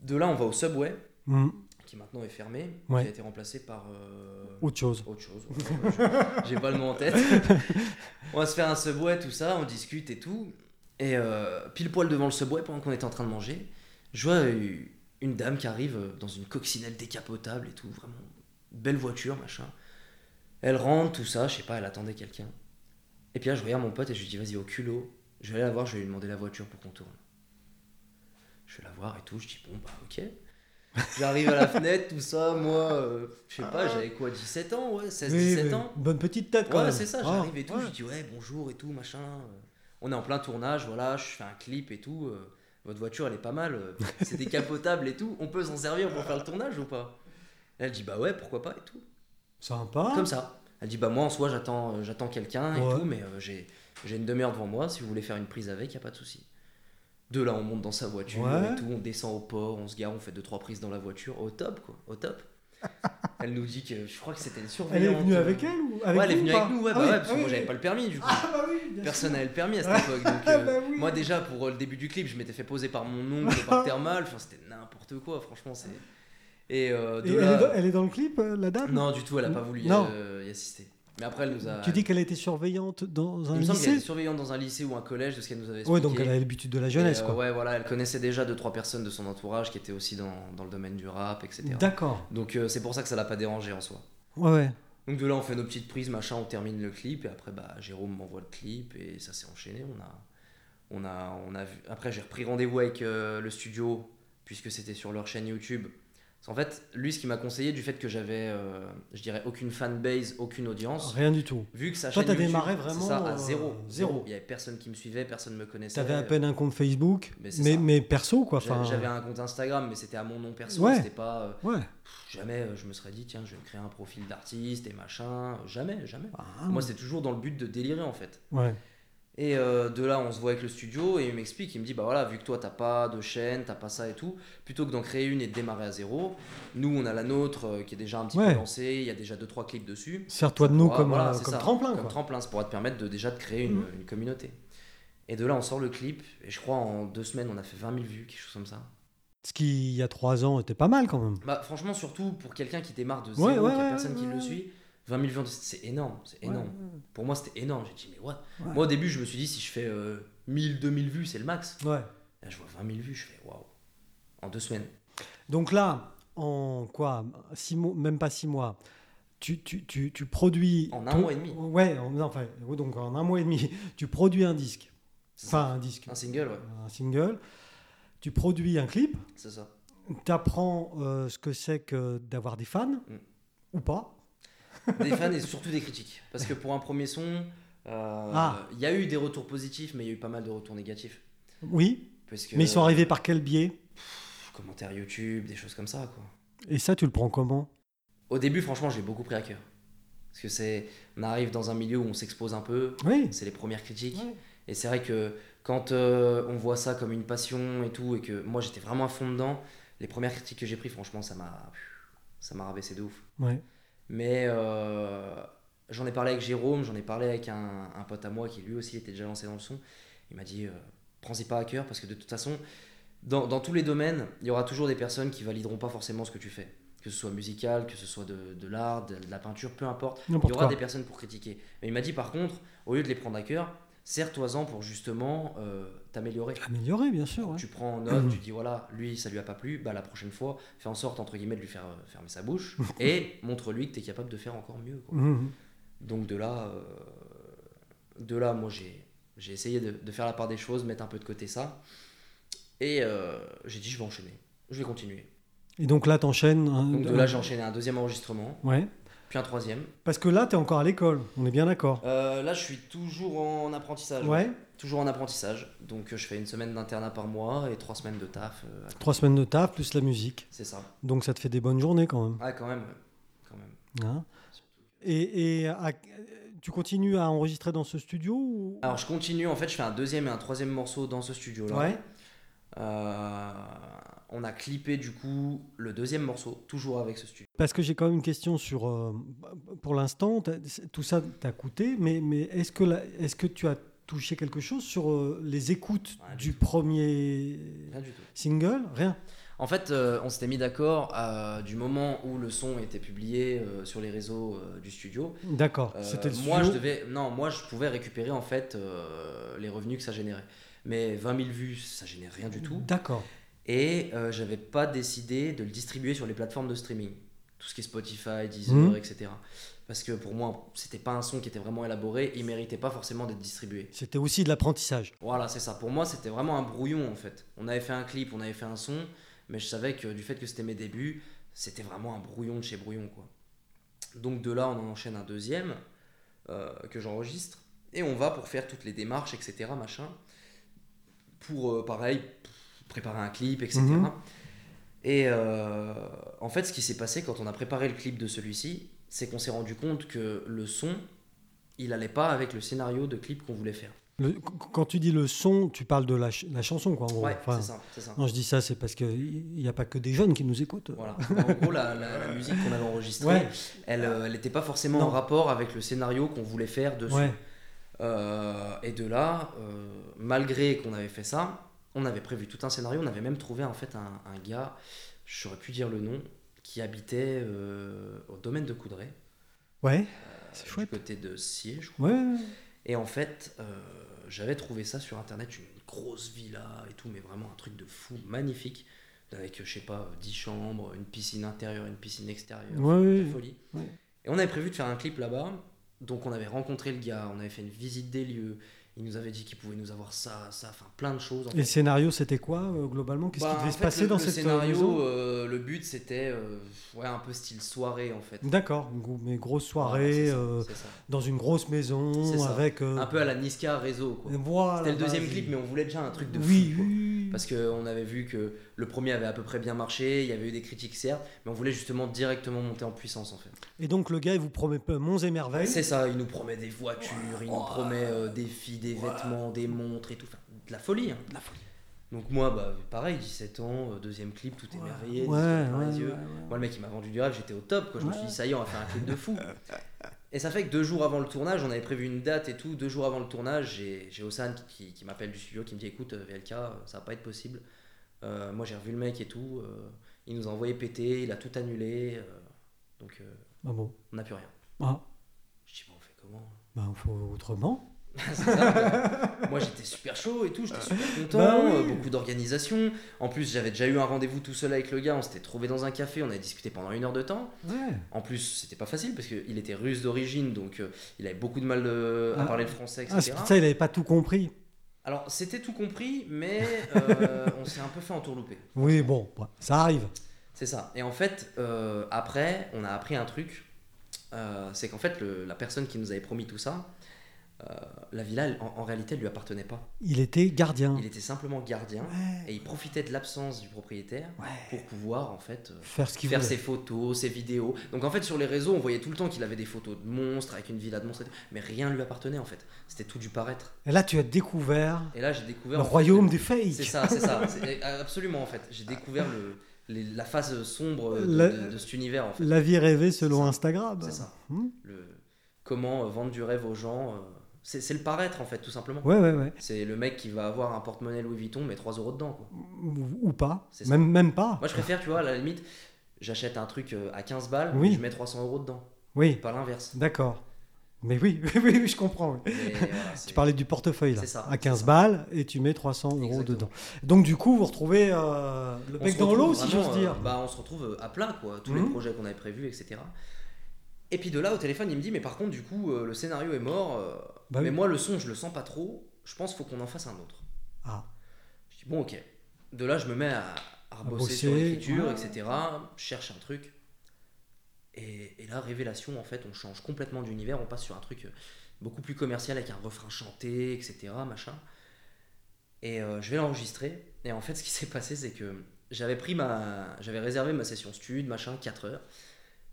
C: De là, on va au subway
B: Mhm.
C: qui maintenant est fermé,
B: Ouais.
C: qui a été remplacé par euh,
B: Autre chose.
C: autre chose. ouais, je- J'ai pas le nom en tête. on va se faire un subway, tout ça, on discute et tout. Et euh, pile poil devant le subway, pendant qu'on était en train de manger, je vois euh, une dame qui arrive euh, dans une coccinelle décapotable et tout, vraiment belle voiture, machin. Elle rentre, tout ça, je sais pas, elle attendait quelqu'un. Et puis là, je regarde mon pote et je lui dis, vas-y, au culot, je vais aller la voir, je vais lui demander la voiture pour qu'on tourne. Je vais la voir et tout, je dis, bon, bah, ok. J'arrive à la fenêtre, tout ça, moi, euh, je sais pas, j'avais quoi, 17 ans, ouais, 16,
B: Ah. Oui,
C: 17
B: oui.
C: ans.
B: Bonne petite tête, quand
C: Ouais,
B: même.
C: c'est ça,
B: Ah,
C: j'arrive et tout,
B: ouais.
C: je dis, ouais, bonjour et tout, machin. euh, On est en plein tournage, voilà, je fais un clip et tout. euh, Votre voiture, elle est pas mal, euh, c'est décapotable et tout. On peut s'en servir pour faire le tournage ou pas Elle dit, bah ouais, pourquoi pas et tout.
B: Sympa.
C: Comme ça. Elle dit bah moi en soi j'attends euh, j'attends quelqu'un et
B: Hein Ouais.
C: tout, mais euh, j'ai j'ai une demi-heure devant moi. Si vous voulez faire une prise avec, y a pas de souci. De là on monte dans sa voiture
B: Ouais.
C: et tout, on descend au port, on se gare, on fait deux trois prises dans la voiture, au top quoi, au top. elle nous dit que je crois que c'était le
B: Elle
C: surveillant.
B: est venue
C: qui-
B: avec elle ou avec
C: Ouais, elle est
B: vous ou
C: venue
B: pas
C: avec nous, ouais,
B: Ah
C: bah
B: oui,
C: ouais, parce
B: ah
C: que moi
B: oui.
C: j'avais pas le permis du coup.
B: Ah bah oui, bien
C: Personne
B: sûr.
C: n'avait le permis à cette époque. Donc,
B: Ah
C: euh,
B: bah oui.
C: Moi, déjà, pour euh, le début du clip, je m'étais fait poser par mon oncle, par Thermal. Enfin, c'était n'importe quoi, franchement. c'est Et euh, de
B: Et elle,
C: là-
B: est dans, elle est dans le clip, euh, la dame
C: Non, du tout, elle a pas voulu y,
B: Non.
C: euh, y assister. Mais après, elle nous a.
B: Tu dis qu'elle était surveillante dans un
C: Il me semble qu'elle était
B: lycée
C: surveillante dans un lycée ou un collège de ce qu'elle nous avait expliqué.
B: Oui, donc elle a l'habitude de la jeunesse,
C: Et, euh,
B: quoi.
C: Ouais, voilà, elle connaissait déjà deux, trois personnes de son entourage qui étaient aussi dans, dans le domaine du rap, etc.
B: D'accord.
C: Donc, euh, c'est pour ça que ça l'a pas dérangé en soi.
B: Ouais, ouais.
C: Donc de là, on fait nos petites prises, machin, on termine le clip, et après, bah, Jérôme m'envoie le clip, et ça s'est enchaîné. On a, on a, on a vu. Après, j'ai repris rendez-vous avec euh, le studio, puisque c'était sur leur chaîne YouTube. Parce qu'en fait, lui, ce qu'il m'a conseillé, du fait que j'avais, euh, je dirais, aucune fanbase, aucune audience,
B: Rien du tout.
C: vu que sa
B: Toi,
C: chaîne
B: t'as
C: YouTube,
B: démarré
C: c'est
B: vraiment,
C: ça,
B: euh,
C: à zéro,
B: zéro.
C: Il y avait personne qui me suivait, personne me connaissait.
B: T'avais à peine un compte Facebook,
C: Mais
B: mais,
C: c'est
B: mais,
C: ça.
B: perso, quoi.
C: J'a-
B: Enfin, euh,
C: J'avais un compte Instagram, mais c'était à mon nom perso,
B: Ouais.
C: c'était pas. euh,
B: ouais.
C: jamais euh, je me serais dit, tiens, je vais me créer un profil d'artiste et machin. Jamais, jamais.
B: Ah,
C: Moi, c'est toujours dans le but de délirer en fait.
B: ouais.
C: Et euh, de là, on se voit avec le studio et il m'explique, il me dit bah voilà, vu que toi t'as pas de chaîne, t'as pas ça et tout, plutôt que d'en créer une et de démarrer à zéro, nous on a la nôtre euh, qui est déjà un petit
B: Ouais.
C: peu lancée, il y a déjà deux trois clips dessus.
B: Sers-toi de
C: Ça
B: nous
C: pourra-
B: comme,
C: voilà,
B: euh,
C: c'est
B: comme
C: ça,
B: tremplin,
C: Comme
B: quoi. Mm.
C: tremplin, ça pourra te permettre de déjà de créer une, une communauté. Et de là, on sort le clip et je crois en deux semaines, on a fait 20 000 vues, quelque chose comme ça.
B: Ce qui, il y a trois ans, était pas mal, quand même.
C: Bah franchement, surtout pour quelqu'un qui démarre de zéro,
B: Ouais, ouais,
C: qui a
B: ouais,
C: personne qui
B: ouais,
C: le
B: ouais.
C: suit, 20 000 vues, en deux- c'est énorme, c'est énorme. Pour moi, c'était énorme. J'ai dit, mais what
B: Ouais.
C: Moi, au début, je me suis dit, si je fais euh, 1000, 2000 vues, c'est le max.
B: Ouais. Ouais.
C: Là, je vois 20 000 vues, je fais, waouh, en deux semaines.
B: Donc là, en quoi six mois, Même pas six mois. Tu, tu, tu, tu produis.
C: En un mois et demi.
B: Ouais, en- non, enfin, oui, donc en un mois et demi, tu produis un disque.
C: C'est ça.
B: Enfin, un disque.
C: Un single, ouais,
B: Un single. Tu produis un clip.
C: c'est ça.
B: Tu apprends ce que c'est que d'avoir des fans.
C: Mm.
B: Ou pas.
C: Des fans et surtout des critiques. Parce que pour un premier son, euh, il
B: Ah.
C: y a eu des retours positifs, mais il y a eu pas mal de retours négatifs.
B: Oui.
C: Parce que,
B: Mais ils sont arrivés par quel biais
C: pff, Commentaires YouTube, des choses comme ça, quoi.
B: Et ça, tu le prends comment
C: Au début, franchement, je l'ai beaucoup pris à cœur. Parce que c'est. On arrive dans un milieu où on s'expose un peu,
B: Oui.
C: c'est les premières critiques.
B: Ouais.
C: Et c'est vrai que quand euh, on voit ça comme une passion et tout, et que moi j'étais vraiment à fond dedans, les premières critiques que j'ai prises, franchement, ça m'a, ça m'a rabaissé de ouf.
B: Ouais.
C: Mais euh, j'en ai parlé avec Jérôme, j'en ai parlé avec un, un pote à moi qui lui aussi était déjà lancé dans le son. Il m'a dit, euh, prends-y pas à cœur parce que de toute façon, dans, dans tous les domaines, il y aura toujours des personnes qui valideront pas forcément ce que tu fais. Que ce soit musical, que ce soit de, de l'art, de- de la peinture, peu importe. Il
B: N'importe
C: y aura
B: quoi.
C: des personnes pour critiquer. Mais il m'a dit par contre, au lieu de les prendre à cœur, sers-toi-en pour justement euh, t'améliorer.
B: Ah Améliorer, bien sûr. ouais.
C: Tu prends en note,
B: Mhm.
C: tu dis voilà, lui ça lui a pas plu, bah la prochaine fois, fais en sorte entre guillemets de lui faire euh, fermer sa bouche et montre-lui que tu es capable de faire encore mieux. quoi.
B: Mhm.
C: Donc de là, euh, de là moi j'ai, j'ai essayé de, de faire la part des choses, mettre un peu de côté ça. Et euh, j'ai dit je vais enchaîner, je vais continuer.
B: Et donc là, t'enchaînes. un-
C: Donc de
B: un-
C: là j'ai enchaîné un deuxième enregistrement,
B: Ouais.
C: puis un troisième.
B: Parce que là, t'es encore à l'école. On est bien d'accord.
C: Euh, là je suis toujours en apprentissage.
B: Ouais.
C: Toujours en apprentissage, donc euh, je fais une semaine d'internat par mois et trois semaines de taf. euh, à-
B: Trois semaines de taf plus la musique.
C: c'est ça.
B: Donc ça te fait des bonnes journées quand même.
C: Ouais, quand même. ouais. Quand même.
B: hein. et et à- tu continues à enregistrer dans ce studio ou...
C: Alors je continue, en fait, je fais un deuxième et un troisième morceau dans ce studio-là.
B: Ouais.
C: Euh, on a clippé du coup le deuxième morceau, toujours avec ce studio.
B: Parce que j'ai quand même une question sur. euh, pour l'instant, t'as- c'est- tout ça t'a coûté, mais, mais est-ce que, est que tu as touché quelque chose sur euh, les écoutes
C: Rien du
B: du premier
C: Rien du tout.
B: single Rien.
C: En fait, euh, on s'était mis d'accord euh, du moment où le son était publié euh, sur les réseaux euh, du studio.
B: D'accord.
C: Euh,
B: C'était le studio.
C: moi, je devais, non, moi, je pouvais récupérer en fait euh, les revenus que ça générait. Mais 20 000 vues, ça génère rien
B: Mmh.
C: du tout.
B: D'accord.
C: Et euh, j'avais pas décidé de le distribuer sur les plateformes de streaming. Tout ce qui est Spotify, Deezer,
B: Mhm.
C: etc. Parce que pour moi, c'était pas un son qui était vraiment élaboré, il méritait pas forcément d'être distribué.
B: C'était aussi de l'apprentissage.
C: Voilà, c'est ça. Pour moi, c'était vraiment un brouillon en fait. On avait fait un clip, on avait fait un son, mais je savais que du fait que c'était mes débuts, c'était vraiment un brouillon de chez brouillon quoi. Donc de là, on en enchaîne un deuxième euh, que j'enregistre et on va pour faire toutes les démarches, etc. Machin, pour euh, pareil préparer un clip, etc.
B: Mhm.
C: Et euh, en fait, ce qui s'est passé quand on a préparé le clip de celui-ci, c'est qu'on s'est rendu compte que le son, il allait pas avec le scénario de clip qu'on voulait faire.
B: Le- qu- quand tu dis le son, tu parles de la, ch- la chanson, quoi. en gros.
C: ouais,
B: Enfin,
C: c'est ça, c'est ça.
B: Non, je dis ça, c'est parce qu'il n'y a pas que des jeunes qui nous écoutent.
C: Voilà. En gros, la, la- la musique qu'on avait enregistrée,
B: Ouais.
C: elle n'était pas forcément
B: Non.
C: en rapport avec le scénario qu'on voulait faire dessus.
B: Ouais.
C: Euh, et de là, euh, malgré qu'on avait fait ça, on avait prévu tout un scénario. On avait même trouvé en fait un, un gars, je saurais plus dire le nom, qui habitait euh, au domaine de Coudray, Euh,
B: Ouais. C'est
C: du
B: chouette.
C: côté de Sié, je crois.
B: Ouais. ouais.
C: Et en fait, euh, j'avais trouvé ça sur internet, une grosse villa et tout, mais vraiment un truc de fou, magnifique, avec, je sais pas, 10 chambres, une piscine intérieure, une piscine extérieure,
B: Ouais, ouais,
C: la folie.
B: ouais.
C: Et on avait prévu de faire un clip là-bas, donc on avait rencontré le gars, on avait fait une visite des lieux, il nous avait dit qu'il pouvait nous avoir ça, ça, enfin plein de choses. en
B: Et le
C: fait.
B: scénario, c'était quoi, euh, globalement Qu'est-ce
C: Bah,
B: qui
C: en
B: devait se
C: fait,
B: passer
C: le-
B: dans
C: le
B: cette euh,
C: scénario
B: maison
C: euh, Le but c'était euh, ouais, un peu style soirée en fait.
B: D'accord, une gro- mais grosse
C: Voilà, c'est
B: soirée
C: ça,
B: euh,
C: c'est ça.
B: dans une grosse maison
C: C'est ça.
B: avec. euh,
C: Un peu à la Niska réseau quoi.
B: voilà,
C: C'était le deuxième
B: vas-y.
C: clip, mais on voulait déjà un truc de
B: oui,
C: fou. quoi.
B: oui, oui.
C: Parce qu'on avait vu que le premier avait à peu près bien marché, il y avait eu des critiques certes, mais on voulait justement directement monter en puissance en fait.
B: Et donc le gars, il vous promet pas monts et merveilles.
C: C'est ça, il nous promet des voitures, il nous promet euh, des filles, des vêtements, des montres et tout. Enfin, de la folie. Hein. De la folie. Donc moi, bah, pareil, 17 ans, euh, deuxième clip, tout émerveillé,
B: ouais,
C: des
B: ouais,
C: étoiles dans les
B: ouais,
C: yeux.
B: ouais.
C: Moi, le mec, il m'a vendu du rêve, j'étais au top. Quoi. Je me suis
B: Ouais.
C: dit, ça y est, on va faire un clip de fou. Et ça fait que deux jours avant le tournage, on avait prévu une date et tout. Deux jours avant le tournage, j'ai j'ai Ossane qui, qui- qui m'appelle du studio, qui me dit, écoute, euh, VLK, euh, ça va pas être possible. Euh, moi, j'ai revu le mec et tout. euh, il nous a envoyé péter, il a tout annulé. euh, donc, euh,
B: Ah bon.
C: on n'a plus rien.
B: Ah,
C: Je dis, bon, on fait comment
B: ben faut autrement.
C: C'est ça, quoi. Moi j'étais super chaud et tout, j'étais super content,
B: Bah oui.
C: euh, beaucoup d'organisation. En plus j'avais déjà eu un rendez-vous tout seul avec le gars, on s'était trouvé dans un café, on avait discuté pendant une heure de temps.
B: Ouais.
C: En plus c'était pas facile parce qu'il était russe d'origine, donc euh, il avait beaucoup de mal euh, à
B: Ah.
C: parler le français,
B: Ah, c'est
C: etc.
B: pour ça, il n'avait pas tout compris.
C: Alors c'était tout compris, mais euh, on s'est un peu fait entourlouper.
B: Oui, bon, bah, ça arrive.
C: C'est ça. Et en fait euh, après on a appris un truc, euh, c'est qu'en fait le- la personne qui nous avait promis tout ça, euh, la villa elle- en- en réalité elle lui appartenait pas.
B: Il était gardien.
C: Il était simplement gardien
B: Ouais.
C: et il profitait de l'absence du propriétaire
B: Ouais.
C: pour pouvoir en fait euh,
B: Faire ce qu'il
C: faire
B: voulait.
C: ses photos, ses vidéos. Donc en fait sur les réseaux, on voyait tout le temps qu'il avait des photos de monstres avec une villa de monstres, et tout, mais rien lui appartenait en fait. C'était tout du paraître.
B: Et là, tu as découvert
C: Et là j'ai découvert
B: le
C: en fait,
B: royaume
C: que-
B: des fakes.
C: C'est ça, c'est ça. C'est- Absolument en fait. J'ai découvert le, les- la face sombre de,
B: La-
C: de- de cet univers en fait.
B: La vie rêvée
C: C'est
B: selon
C: ça.
B: Instagram.
C: C'est ça.
B: Hmm.
C: Le, comment euh, vendre du rêve aux gens. euh, C'est c'est le paraître en fait tout simplement.
B: Ouais, ouais, ouais.
C: C'est le mec qui va avoir un porte-monnaie Louis Vuitton mais 3 euros dedans quoi.
B: Bah. Ou, ou pas.
C: C'est ça.
B: Même, même pas.
C: Moi, je préfère, tu vois, à la limite, j'achète un truc euh, à 15 balles,
B: Oui.
C: je mets 300 euros dedans. Et
B: Oui,
C: pas l'inverse.
B: d'accord. Mais oui, oui, oui, oui, je comprends. oui.
C: Mais voilà, c'est-
B: Tu parlais du portefeuille, là.
C: C'est ça,
B: à
C: c'est
B: 15
C: ça.
B: balles, et tu mets 300 euros
C: Exactement.
B: dedans. Donc, du coup, vous retrouvez euh, le
C: On
B: bec
C: se
B: dans
C: retrouve
B: l'eau, si
C: vraiment,
B: j'ose
C: euh,
B: dire.
C: bah, on se retrouve à plat, quoi. Tous
B: Mhm.
C: les projets qu'on avait prévus, etc. Et puis de là, au téléphone, il me dit, mais par contre, du coup, euh, le scénario est mort. euh,
B: Bah
C: mais
B: oui.
C: moi, le son, je le sens pas trop. Je pense qu'il faut qu'on en fasse un autre.
B: Ah.
C: Je dis, bon, ok. De là, je me mets à, à bosser,
B: bosser,
C: sur l'écriture,
B: ouais.
C: etc. Je cherche un truc. Et, et là, révélation, en fait, on change complètement d'univers. On passe sur un truc euh, beaucoup plus commercial avec un refrain chanté, etc. Machin. Et euh, je vais l'enregistrer. Et en fait, ce qui s'est passé, c'est que j'avais pris ma. J'avais réservé ma session stud, machin, 4 heures.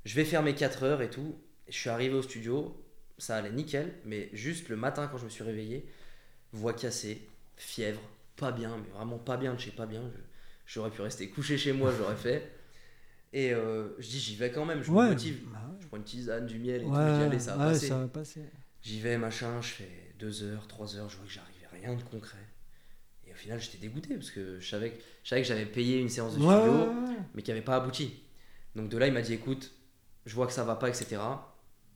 C: Je vais faire mes 4 heures et tout. Je suis arrivé au studio. Ça allait nickel. Mais juste le matin, quand je me suis réveillé, voix cassée, fièvre, pas bien, mais vraiment pas bien de chez pas bien. Je- J'aurais pu rester couché chez moi, j'aurais fait. Et euh, je dis, j'y vais quand même, je
B: Ouais.
C: me motive.
B: Bah ouais.
C: Je prends une tisane, du miel et tout, je dis,
B: Ouais,
C: allez, ça va
B: ouais,
C: passer.
B: ça va passer.
C: J'y vais, machin, je fais 2 heures, 3 heures, je vois que j'arrivais à rien de concret. Et au final, j'étais dégoûté parce que je savais que, je savais que j'avais payé une séance de
B: Ouais,
C: studio,
B: ouais, ouais.
C: mais qui n'avait pas abouti. Donc de là, il m'a dit écoute, je vois que ça va pas, etc.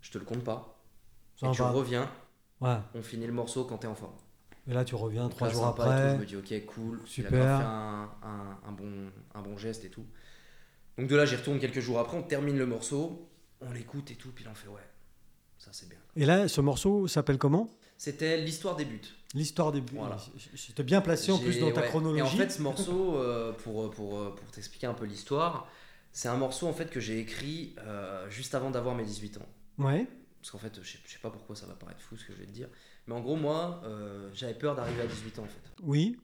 C: Je te le compte pas.
B: Ça
C: et
B: va
C: tu
B: pas.
C: reviens,
B: Ouais.
C: on finit le morceau quand t'es en forme.
B: Et là, tu reviens
C: Donc
B: trois
C: là,
B: jours
C: sympa et
B: après.
C: tout, je me dis ok, cool,
B: Super.
C: il a grave fait un, un- un bon, un bon geste et tout. Donc de là, j'y retourne quelques jours après, on termine le morceau, on l'écoute et tout, puis là, on fait ouais, ça c'est bien.
B: Et là, ce morceau s'appelle comment
C: C'était l'histoire des buts.
B: L'histoire des buts.
C: Voilà.
B: J'étais bien placé en plus
C: J'ai-
B: dans ta
C: ouais.
B: chronologie.
C: Et en fait, ce morceau, euh, pour, pour, pour t'expliquer un peu l'histoire, c'est un morceau en fait que j'ai écrit euh, juste avant d'avoir mes 18 ans.
B: Ouais.
C: Parce qu'en fait, je sais, je sais pas pourquoi ça va paraître fou ce que je vais te dire. Mais en gros, moi, euh, j'avais peur d'arriver à 18 ans en fait.
B: Oui,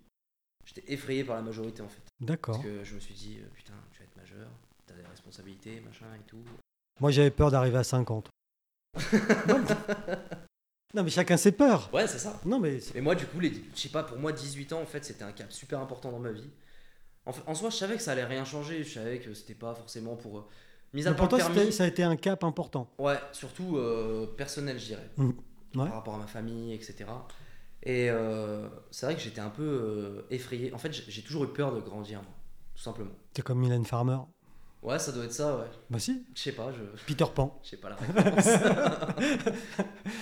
C: J'étais effrayé par la majorité en fait.
B: d'accord.
C: Parce que je me suis dit, euh, putain, tu vas être majeur, t'as des responsabilités, machin et tout.
B: Moi, j'avais peur d'arriver à 50. non, mais- non, mais chacun ses peurs.
C: Ouais, c'est ça.
B: Non, mais c'est-
C: Et moi, du coup, les, je sais pas, pour moi, 18 ans, en fait, c'était un cap super important dans ma vie. En, fait- en soi, je savais que ça allait rien changer. Je savais que c'était pas forcément pour. euh, mis à
B: mais pour
C: part
B: toi,
C: le
B: c'était-
C: permis.
B: ça a été un cap important.
C: Ouais, surtout euh, personnel, je dirais.
B: Mm. Ouais.
C: Par rapport à ma famille, etc. Et euh, c'est vrai que j'étais un peu euh, effrayé. En fait, j'ai j'ai toujours eu peur de grandir, moi, tout simplement.
B: C'est comme Mylène Farmer.
C: Ouais, ça doit être ça, ouais.
B: Bah si,
C: Je sais pas, je
B: Peter Pan.
C: je sais pas la référence.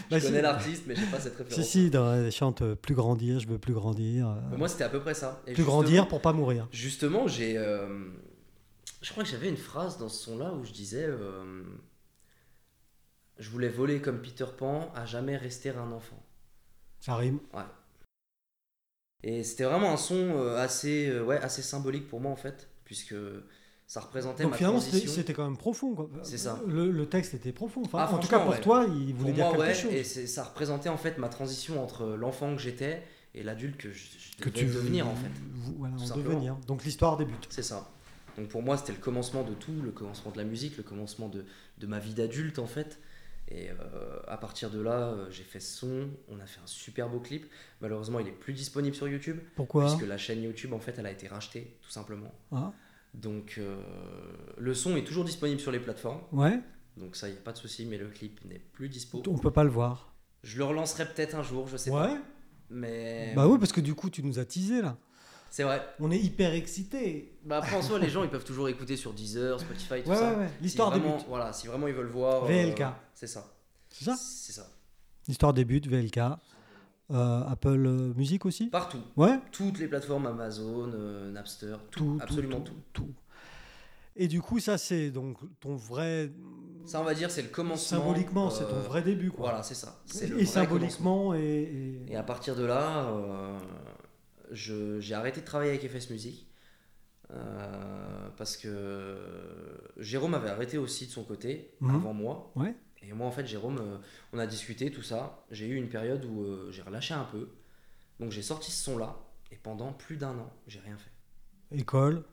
B: Bah,
C: je
B: si.
C: connais l'artiste, mais j'ai pas cette
B: Si,
C: référence.
B: si, dans, elle chante euh, Plus grandir, je veux plus grandir. euh,
C: Mais moi, c'était à peu près ça. Et
B: plus
C: justement-
B: grandir pour pas mourir.
C: Justement, j'ai. euh, je crois que j'avais une phrase dans ce son-là où je disais. euh, je voulais voler comme Peter Pan, à jamais rester un enfant.
B: Ça rime.
C: Et c'était vraiment un son euh, assez, euh, ouais, assez symbolique pour moi en fait, puisque ça représentait
B: Donc
C: ma
B: finalement, c'était
C: transition.
B: c'était quand même profond. quoi.
C: C'est ça.
B: Le, le texte était profond. Enfin,
C: Ah,
B: en tout cas,
C: franchement,
B: pour
C: ouais.
B: toi, il voulait
C: pour
B: dire
C: moi,
B: quelque
C: ouais,
B: chose.
C: et c'est- ça représentait en fait ma transition entre l'enfant que j'étais et l'adulte que je, je
B: Que
C: devais
B: tu veux
C: devenir en fait.
B: Voilà,
C: tout
B: en
C: simplement.
B: devenir. Donc l'histoire débute.
C: C'est ça. Donc pour moi, c'était le commencement de tout, le commencement de la musique, le commencement de, de ma vie d'adulte en fait. Et euh, à partir de là, euh, j'ai fait ce son, on a fait un super beau clip. Malheureusement, il est plus disponible sur YouTube,
B: Pourquoi
C: puisque la chaîne YouTube en fait, elle a été rachetée tout simplement.
B: Ah,
C: Donc euh, le son est toujours disponible sur les plateformes,
B: Ouais,
C: donc ça y a pas de souci, mais le clip n'est plus dispo.
B: on peut pas le voir.
C: Je le relancerai peut-être un jour, je sais pas.
B: Ouais,
C: Mais
B: bah oui, parce que du coup, tu nous as teasé là.
C: c'est vrai.
B: On est hyper excités.
C: Bah après en soi, les gens ils peuvent toujours écouter sur Deezer, Spotify, tout
B: Ouais,
C: ça.
B: ouais, ouais. L'histoire
C: si vraiment,
B: débute.
C: Voilà, si vraiment ils veulent voir. euh,
B: VLK.
C: c'est ça.
B: C'est ça
C: C'est ça.
B: L'histoire débute, VLK. Euh, Apple euh, Music aussi
C: Partout.
B: Ouais,
C: Toutes les plateformes Amazon, euh, Napster,
B: tout,
C: tout, absolument tout,
B: tout. Et du coup, ça, c'est donc ton vrai.
C: Ça on va dire c'est le commencement.
B: Symboliquement,
C: euh,
B: c'est ton vrai début, quoi.
C: Voilà, c'est ça. C'est
B: et
C: le vrai commencement.
B: symboliquement, et, et-
C: Et à partir de là, euh, je- j'ai arrêté de travailler avec FS Music. euh, parce que Jérôme avait arrêté aussi de son côté,
B: Mhm.
C: avant moi.
B: Ouais.
C: Et moi, en fait, Jérôme, euh, on a discuté, tout ça. J'ai eu une période où euh, j'ai relâché un peu. Donc j'ai sorti ce son-là. Et pendant plus d'un an, j'ai rien fait.
B: école.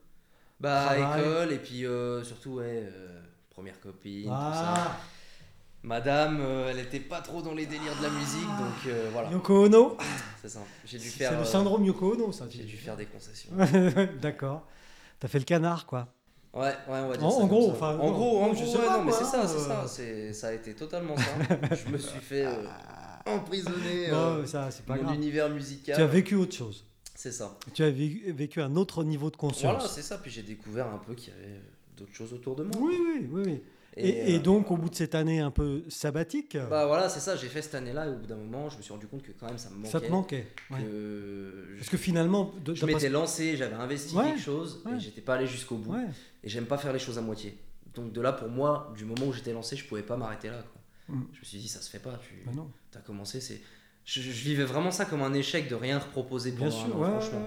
C: Bah,
B: Travail.
C: école, et puis euh, surtout, ouais, euh, première copine, tout ça.
B: Ah,
C: Madame, euh, elle était pas trop dans les délires de la musique, donc euh, voilà,
B: Yoko Ono.
C: c'est simple. J'ai dû faire.
B: C'est le
C: euh,
B: syndrome Yoko Ono, ça.
C: J'ai dû faire des concessions. Ouais,
B: D'accord. T'as fait le canard, quoi.
C: ouais, on va dire
B: En-
C: ça
B: en
C: comme
B: gros,
C: ça.
B: enfin,
C: en
B: non,
C: gros, hein, en
B: je
C: gros,
B: sais
C: ouais,
B: pas,
C: non, mais
B: moi,
C: c'est ça,
B: euh,
C: c'est ça, c'est- ça a été totalement ça. Je me suis fait euh, emprisonner
B: Ah. Non,
C: euh,
B: ça, c'est pas
C: mon euh,
B: grave.
C: univers
B: Tu as
C: musical.
B: vécu autre chose.
C: C'est ça.
B: Tu as vécu, vécu un autre niveau de conscience.
C: Voilà, c'est ça. Puis j'ai découvert un peu qu'il y avait euh, d'autres choses autour de moi.
B: oui, oui, oui. oui. Et, et
C: euh,
B: donc, euh, au bout de cette année un peu sabbatique,
C: Bah voilà, c'est ça. J'ai fait cette année-là et au bout d'un moment, je me suis rendu compte que quand même ça me manquait.
B: ça te manquait. ouais.
C: que
B: Parce
C: je-
B: que finalement, de,
C: je
B: t'as pas-
C: m'étais lancé, j'avais investi
B: Ouais,
C: quelque chose
B: ouais.
C: et j'étais pas allé jusqu'au bout.
B: Ouais.
C: Et j'aime pas faire les choses à moitié. Donc de là, pour moi, du moment où j'étais lancé, je pouvais pas m'arrêter là. quoi.
B: Mm.
C: Je me suis dit, ça se fait pas. Tu
B: Bah non.
C: as commencé, c'est. Je, je- je vivais vraiment ça comme un échec de rien reproposer
B: Bien
C: pendant un
B: sûr,
C: an,
B: ouais,
C: franchement.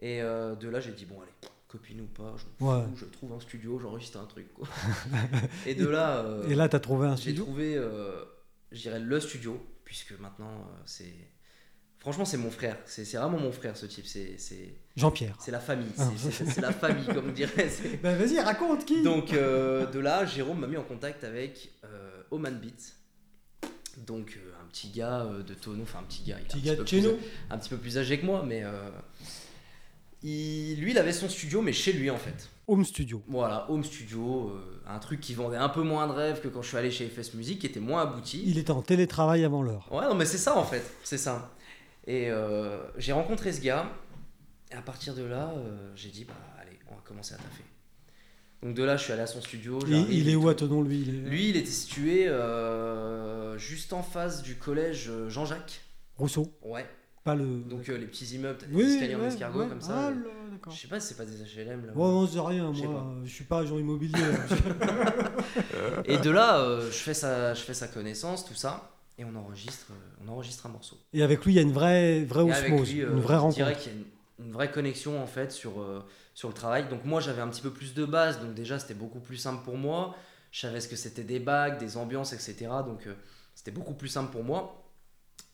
C: Et euh, de là, j'ai dit, bon, allez, copine ou pas, je, m'en
B: Ouais.
C: fous, je trouve un studio, j'enregistre un truc. quoi. et de là, euh,
B: Et là, t'as trouvé un
C: j'ai
B: studio.
C: trouvé, euh, je dirais, le studio, puisque maintenant, euh, c'est. Franchement, c'est mon frère. C'est c'est vraiment mon frère, ce type. C'est- C'est
B: Jean-Pierre.
C: c'est la famille.
B: Ah.
C: C'est- C'est c'est la famille, comme on dirait. C'est-
B: Ben vas-y, raconte qui
C: donc euh, de là, Jérôme m'a mis en contact avec euh, Oman Beat. Donc euh, un petit gars euh, de Tonon, enfin un petit gars, il est
B: Petit gars
C: un peu
B: de chez
C: plus-
B: nous.
C: un petit peu plus âgé que moi, mais euh, il- lui, il avait son studio, mais chez lui en fait.
B: Home Studio.
C: Voilà, home studio, euh, un truc qui vendait un peu moins de rêve que quand je suis allé chez FS Music, qui était moins abouti.
B: Il était en télétravail avant l'heure.
C: Ouais, non, mais c'est ça en fait, c'est ça. Et euh, j'ai rencontré ce gars, et à partir de là, euh, j'ai dit, bah allez, on va commencer à taffer. Donc de là, je suis allé à son studio.
B: Et
C: j'arrive
B: il est
C: et
B: où
C: tout.
B: à Tonon, lui Il est
C: Lui, il était situé euh, juste en face du collège euh, Jean-Jacques.
B: Rousseau,
C: Ouais,
B: pas le.
C: donc euh, les petits immeubles, t'as des
B: oui,
C: escaliers en
B: ouais,
C: escargot
B: ouais.
C: comme ça.
B: Ah, là,
C: je
B: d'accord.
C: sais pas si c'est pas des HLM là.
B: Ouais, non, c'est rien,
C: Je sais
B: moi,
C: pas.
B: euh, je suis pas agent immobilier.
C: Et de là, euh, je, fais sa, je fais sa connaissance, tout ça, et on enregistre, euh, on enregistre un morceau.
B: Et avec lui, il y a une vraie, vraie
C: Et avec
B: osmose,
C: lui, euh,
B: une vraie
C: Je dirais
B: rencontre.
C: qu'il y a une, une vraie connexion en fait sur, euh, sur le travail. Donc moi j'avais un petit peu plus de base, donc déjà c'était beaucoup plus simple pour moi. Je savais ce que c'était des bagues, des ambiances, etc. Donc euh, c'était beaucoup plus simple pour moi.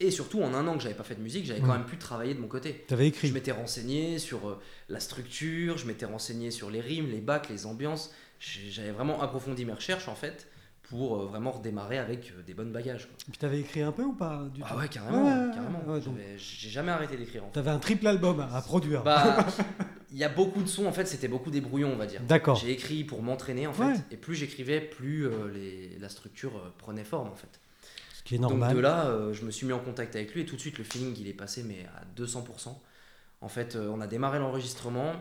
C: Et surtout en un an que j'avais pas fait de musique, j'avais
B: Ouais.
C: quand même pu travailler de mon côté.
B: Tu avais
C: Je
B: écrit.
C: m'étais renseigné sur euh, la structure, je m'étais renseigné sur les rimes, les bacs, les ambiances. J'ai- J'avais vraiment approfondi mes recherches en fait. pour euh, vraiment redémarrer avec euh, des bonnes bagages. quoi.
B: Et puis t'avais écrit un peu ou pas du
C: Ah
B: tout
C: ouais, carrément,
B: Ouais, ouais,
C: carrément.
B: ouais, donc-
C: J'avais- J'ai jamais arrêté d'écrire en fait.
B: T'avais un triple album à à produire.
C: Bah, il y a beaucoup de sons en fait, c'était beaucoup des brouillons, on va dire.
B: D'accord.
C: J'ai écrit pour m'entraîner en fait,
B: Ouais.
C: et plus j'écrivais, plus euh, les- la structure euh, prenait forme en fait.
B: Ce qui est
C: Donc de
B: normal.
C: là, euh, je me suis mis en contact avec lui et tout de suite le feeling il est passé mais à 200%. En fait, euh, on a démarré l'enregistrement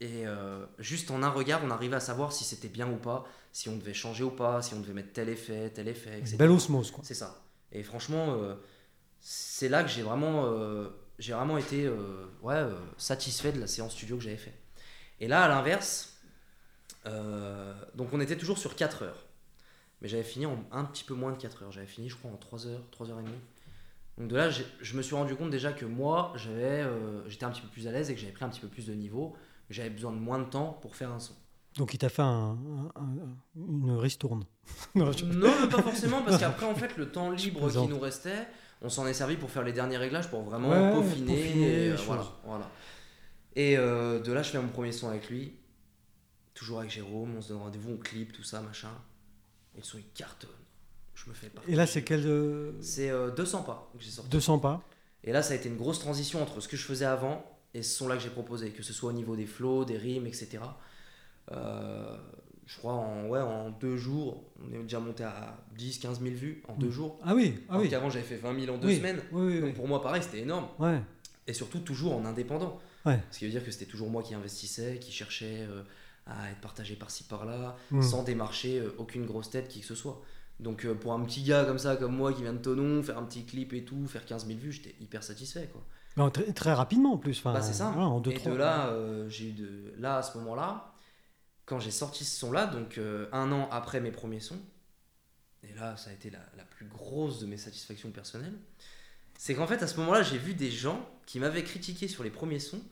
C: et euh, juste en un regard, on arrivait à savoir si c'était bien ou pas, si on devait changer ou pas, si on devait mettre tel effet, tel effet, etc.
B: Une Belle osmose, quoi.
C: C'est ça. Et franchement, euh, c'est là que j'ai vraiment, euh, j'ai vraiment été euh, ouais, euh, satisfait de la séance studio que j'avais fait. Et là, à l'inverse, euh, donc on était toujours sur 4 heures. Mais j'avais fini en un petit peu moins de 4 heures. J'avais fini, je crois, en 3 heures, 3 heures et demie. Donc de là, j'ai- je me suis rendu compte déjà que moi, j'avais, euh, j'étais un petit peu plus à l'aise et que j'avais pris un petit peu plus de niveau. J'avais besoin de moins de temps pour faire un son.
B: Donc il t'a fait un- un- un- une ristourne. Non, je-
C: Non, mais pas forcément, parce qu'après, en fait, le temps libre qui
B: plaisante.
C: nous restait, on s'en est servi pour faire les derniers réglages, pour vraiment
B: Ouais,
C: peaufiner.
B: peaufiner
C: et,
B: les
C: euh,
B: choses.
C: voilà, voilà. Et euh, de là, je fais mon premier son avec lui, toujours avec Jérôme, on se donne rendez-vous, on clip, tout ça, machin. Et le son, il cartonne. Je me fais pas.
B: Et là, c'est quel. euh,
C: C'est euh, 200 pas que j'ai sorti.
B: 200 pas.
C: Et là, ça a été une grosse transition entre ce que je faisais avant et ce son-là que j'ai proposé, que ce soit au niveau des flots, des rimes, etc. Euh, je crois en, ouais, en deux jours, on est déjà monté à 10-15 000 vues en deux jours.
B: Ah oui, ah
C: Alors
B: oui.
C: qu'avant, j'avais fait 20 000 en deux
B: Oui,
C: semaines.
B: Oui, oui, oui.
C: Donc pour moi, pareil, c'était énorme.
B: Ouais.
C: Et surtout, toujours en indépendant.
B: Ouais.
C: Ce qui veut dire que c'était toujours moi qui investissais, qui cherchais euh, à être partagé par-ci, par-là,
B: Mm.
C: sans démarcher euh, aucune grosse tête, qui que ce soit. Donc euh, pour un petit gars comme ça, comme moi, qui vient de Tonon, faire un petit clip et tout, faire 15 000 vues, j'étais hyper satisfait. quoi.
B: Mais en très, très rapidement en plus. Enfin,
C: Bah, c'est ça.
B: voilà, en deux,
C: et
B: trois.
C: de là, euh, j'ai eu de là à ce moment-là, quand j'ai sorti ce son-là, donc euh, un an après mes premiers sons, et là, ça a été la, la plus grosse de mes satisfactions personnelles, c'est qu'en fait, à ce moment-là, j'ai vu des gens qui m'avaient critiqué sur les premiers sons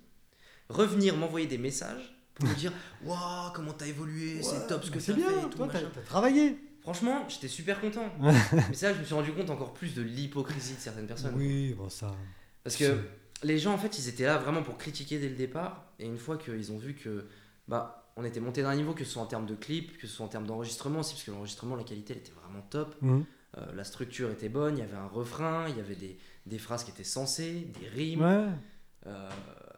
C: revenir m'envoyer des messages pour me dire Waouh, comment t'as évolué,
B: Ouais,
C: c'est top ce que
B: mais C'est
C: t'as fait.
B: bien,
C: et tout,
B: toi, t'as
C: machin.
B: t'as travaillé.
C: Franchement, j'étais super content.
B: Ouais.
C: Mais ça, je me suis rendu compte encore plus de l'hypocrisie de certaines personnes.
B: Oui, bon, ça.
C: Parce
B: C'est-
C: que les gens, en fait, ils étaient là vraiment pour critiquer dès le départ. Et une fois qu'ils ont vu que, bah, on était monté d'un niveau, que ce soit en termes de clips, que ce soit en termes d'enregistrement aussi, parce que l'enregistrement, la qualité, elle était vraiment top.
B: Mhm.
C: Euh, la structure était bonne, il y avait un refrain, il y avait des, des phrases qui étaient sensées, des rimes.
B: Ouais.
C: Euh,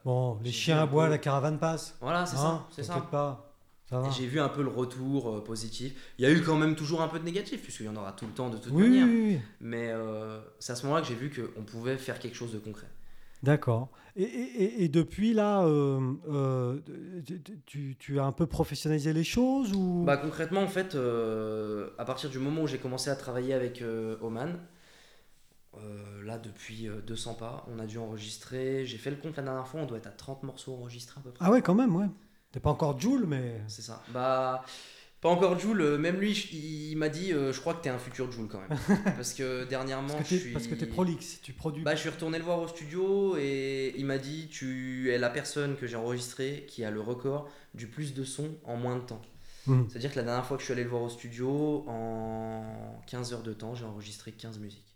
B: Bon, les
C: J'ai
B: chiens
C: fait un
B: aboient,
C: peu-
B: la caravane passe.
C: voilà, c'est
B: Hein,
C: ça. C'est ça.
B: t'inquiète pas. Ça va.
C: Et j'ai vu un peu le retour euh, positif. Il y a eu quand même toujours un peu de négatif, puisqu'il y en aura tout le temps de toute
B: Oui, oui,
C: manière.
B: oui.
C: Mais euh, c'est à ce moment-là que j'ai vu qu'on pouvait faire quelque chose de concret.
B: D'accord. Et, et- et- et depuis là, euh, euh, tu- tu, tu as un peu professionnalisé les choses ou
C: Bah concrètement en fait, euh, à partir du moment où j'ai commencé à travailler avec euh, Oman, euh, là depuis euh, 200 pas, on a dû enregistrer, j'ai fait le compte la dernière fois, on doit être à 30 morceaux enregistrés à peu près.
B: Ah ouais, quand même, ouais. T'es pas encore Joule, mais
C: C'est ça. Bah pas encore Joule, euh, même lui je- il m'a dit euh, je crois que t'es un futur Joule quand même. parce que dernièrement
B: parce que
C: je
B: t'es,
C: suis...
B: parce que t'es prolixe, tu produis.
C: Bah, je suis retourné le voir au studio et il m'a dit tu es la personne que j'ai enregistrée qui a le record du plus de sons en moins de temps.
B: Mhm.
C: C'est-à-dire que la dernière fois que je suis allé le voir au studio, en 15 heures de temps, j'ai enregistré 15 musiques.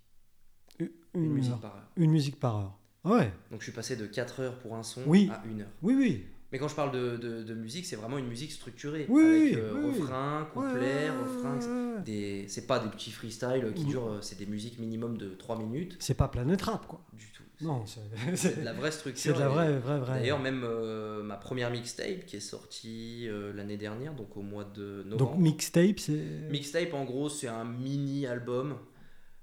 C: Une, musique
B: heure.
C: par heure.
B: Une musique par heure. Ah Ouais.
C: Donc je suis passé de 4 heures pour un son
B: Oui.
C: à 1 heure.
B: Oui, oui.
C: Mais quand je parle de, de- de musique, c'est vraiment une musique structurée.
B: Oui,
C: avec
B: oui,
C: euh,
B: oui.
C: refrain, couplet, refrain, etc.
B: ouais.
C: Des- C'est pas des petits freestyles qui
B: Oui.
C: durent, euh, c'est des musiques minimum de 3 minutes
B: C'est pas Planet Rap, quoi.
C: du tout.
B: Non, c'est,
C: C'est de la vraie
B: c'est
C: structure.
B: de la
C: et-
B: vraie, vraie, vraie.
C: D'ailleurs, même euh, ma première mixtape qui est sortie euh, l'année dernière, donc au mois de novembre.
B: Donc mixtape, c'est.
C: Mixtape, en gros, c'est un mini-album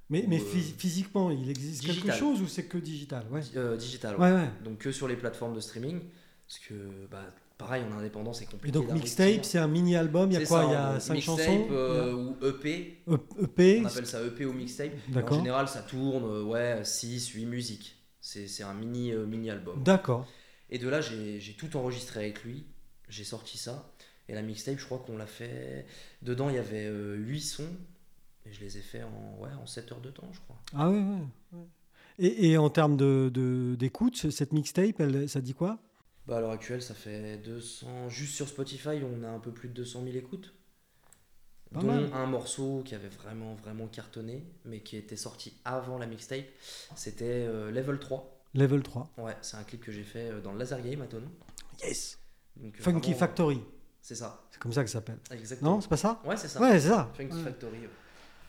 B: Mais, mais
C: ou, euh,
B: phys- physiquement, il existe quelque
C: digital.
B: chose ou c'est que digital Ouais.
C: euh, digital. ouais.
B: Ouais, ouais.
C: Donc que sur les plateformes de streaming. Parce que, bah, pareil, en indépendant, c'est
B: Et
C: compliqué.
B: donc
C: d'investir.
B: mixtape, c'est un mini album. Il y a
C: C'est
B: quoi
C: ça,
B: Il y
C: en-
B: a cinq
C: mixtape,
B: chansons.
C: euh, ou EP.
B: E- EP.
C: On appelle ça EP ou mixtape. Et En
B: D'accord.
C: général, ça tourne euh, ouais, 6, 8 musiques. C'est c'est un mini, euh, mini-album.
B: D'accord.
C: Et de là, j'ai j'ai tout enregistré avec lui. J'ai sorti ça. Et la mixtape, je crois qu'on l'a fait. Dedans, il y avait 8 sons. Et je les ai fait en, ouais, en 7 heures de temps, je crois.
B: Ah ouais. ouais, ouais. Et, et en termes de de- d'écoute, ce- cette mixtape, elle, ça dit quoi
C: Bah, à l'heure actuelle, ça fait 200. Juste sur Spotify, on a un peu plus de 200 000 écoutes.
B: Pas
C: dont
B: mal.
C: un morceau qui avait vraiment, vraiment cartonné, mais qui était sorti avant la mixtape. C'était euh, Level 3.
B: Level 3.
C: Ouais, c'est un clip que j'ai fait euh, dans le Laser Game à Tonon.
B: Yes.
C: Donc, euh,
B: Funky
C: vraiment-
B: Factory.
C: C'est ça.
B: C'est comme ça que ça s'appelle.
C: Exactement.
B: Non, c'est pas ça
C: ouais, c'est ça.
B: Ouais, c'est ça.
C: Funky
B: Ouais.
C: Factory. euh,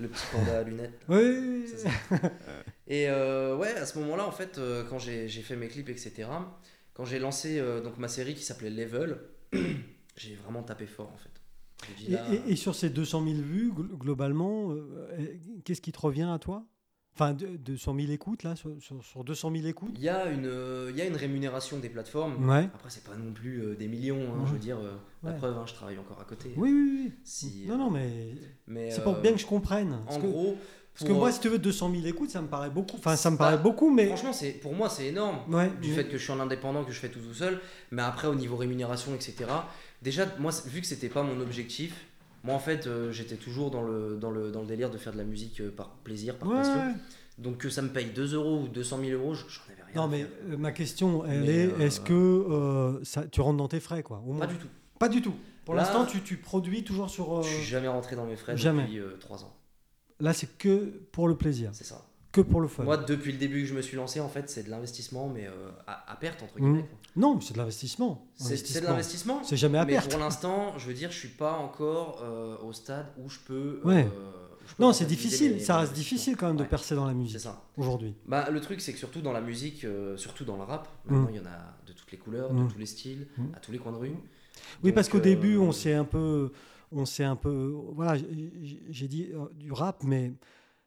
C: Le petit panda à lunettes. là.
B: Oui.
C: C'est ça. Et euh, ouais, à ce moment-là, en fait, euh, quand j'ai j'ai fait mes clips, etc., quand j'ai lancé euh, donc ma série qui s'appelait Level, j'ai vraiment tapé fort, en fait. J'ai dit,
B: Et,
C: là,
B: et- et sur ces 200 000 vues, gl- globalement, euh, euh, qu'est-ce qui te revient à toi Enfin, de- 200 000 écoutes, là, sur, sur- sur 200 000 écoutes
C: il y, a une, euh, il y a une rémunération des plateformes.
B: Ouais.
C: Après, c'est pas non plus euh, des millions, hein,
B: Ouais.
C: je veux dire, euh, la
B: Ouais.
C: preuve, hein, je travaille encore à côté.
B: Oui, oui, oui.
C: Si,
B: non, non, mais
C: mais
B: c'est pour
C: euh,
B: bien que je comprenne. Parce
C: En
B: que,
C: gros,
B: parce que
C: pour,
B: moi,
C: euh,
B: si tu veux 200 000 écoutes, ça me paraît beaucoup. Enfin, ça me
C: Bah,
B: paraît beaucoup, mais.
C: franchement, c'est pour moi, c'est énorme.
B: Ouais,
C: du
B: mais-
C: fait que je suis en indépendant, que je fais tout tout seul, mais après au niveau rémunération, etc. Déjà, moi, c- vu que c'était pas mon objectif, moi en fait, euh, j'étais toujours dans le, dans, le, dans le délire de faire de la musique euh, par plaisir, par
B: Ouais,
C: passion.
B: ouais.
C: Donc que ça me paye 2 euros ou 200 000 euros, je- j'en avais rien. à
B: Non, mais
C: faire.
B: euh, ma question, elle
C: Mais,
B: est
C: euh,
B: est-ce que euh, ça, tu rentres dans tes frais, quoi au moins
C: Pas du tout.
B: Pas du tout. Pour
C: Là-
B: l'instant, tu, tu produis toujours sur. euh,
C: Je suis jamais rentré dans mes frais
B: jamais.
C: depuis 3 ans.
B: Là, c'est que pour le plaisir,
C: C'est ça.
B: que pour le fun.
C: Moi, depuis le début que je me suis lancé, en fait, c'est de l'investissement, mais euh, à, à perte, entre
B: Mhm.
C: guillemets. quoi.
B: Non, c'est de l'investissement.
C: C'est c'est de
B: Investissement.
C: l'investissement
B: C'est jamais à
C: mais
B: perte.
C: pour l'instant, je veux dire, je suis pas encore euh, au stade où je peux. euh,
B: Ouais.
C: où je peux
B: Non, c'est
C: rentabiliser
B: difficile.
C: mes-
B: Ça
C: mes
B: reste difficile quand même de
C: Ouais.
B: percer dans la
C: C'est
B: musique
C: ça.
B: aujourd'hui.
C: Bah, le truc, c'est que surtout dans la musique, euh, surtout dans le rap, maintenant
B: Mm.
C: il y en a de toutes les couleurs,
B: Mm.
C: de tous les styles,
B: Mm.
C: à tous les coins de rue.
B: Oui,
C: Donc,
B: parce qu'au
C: euh,
B: début, on s'est un peu, on s'est un peu, voilà, j'ai- j'ai j'ai dit euh, du rap, mais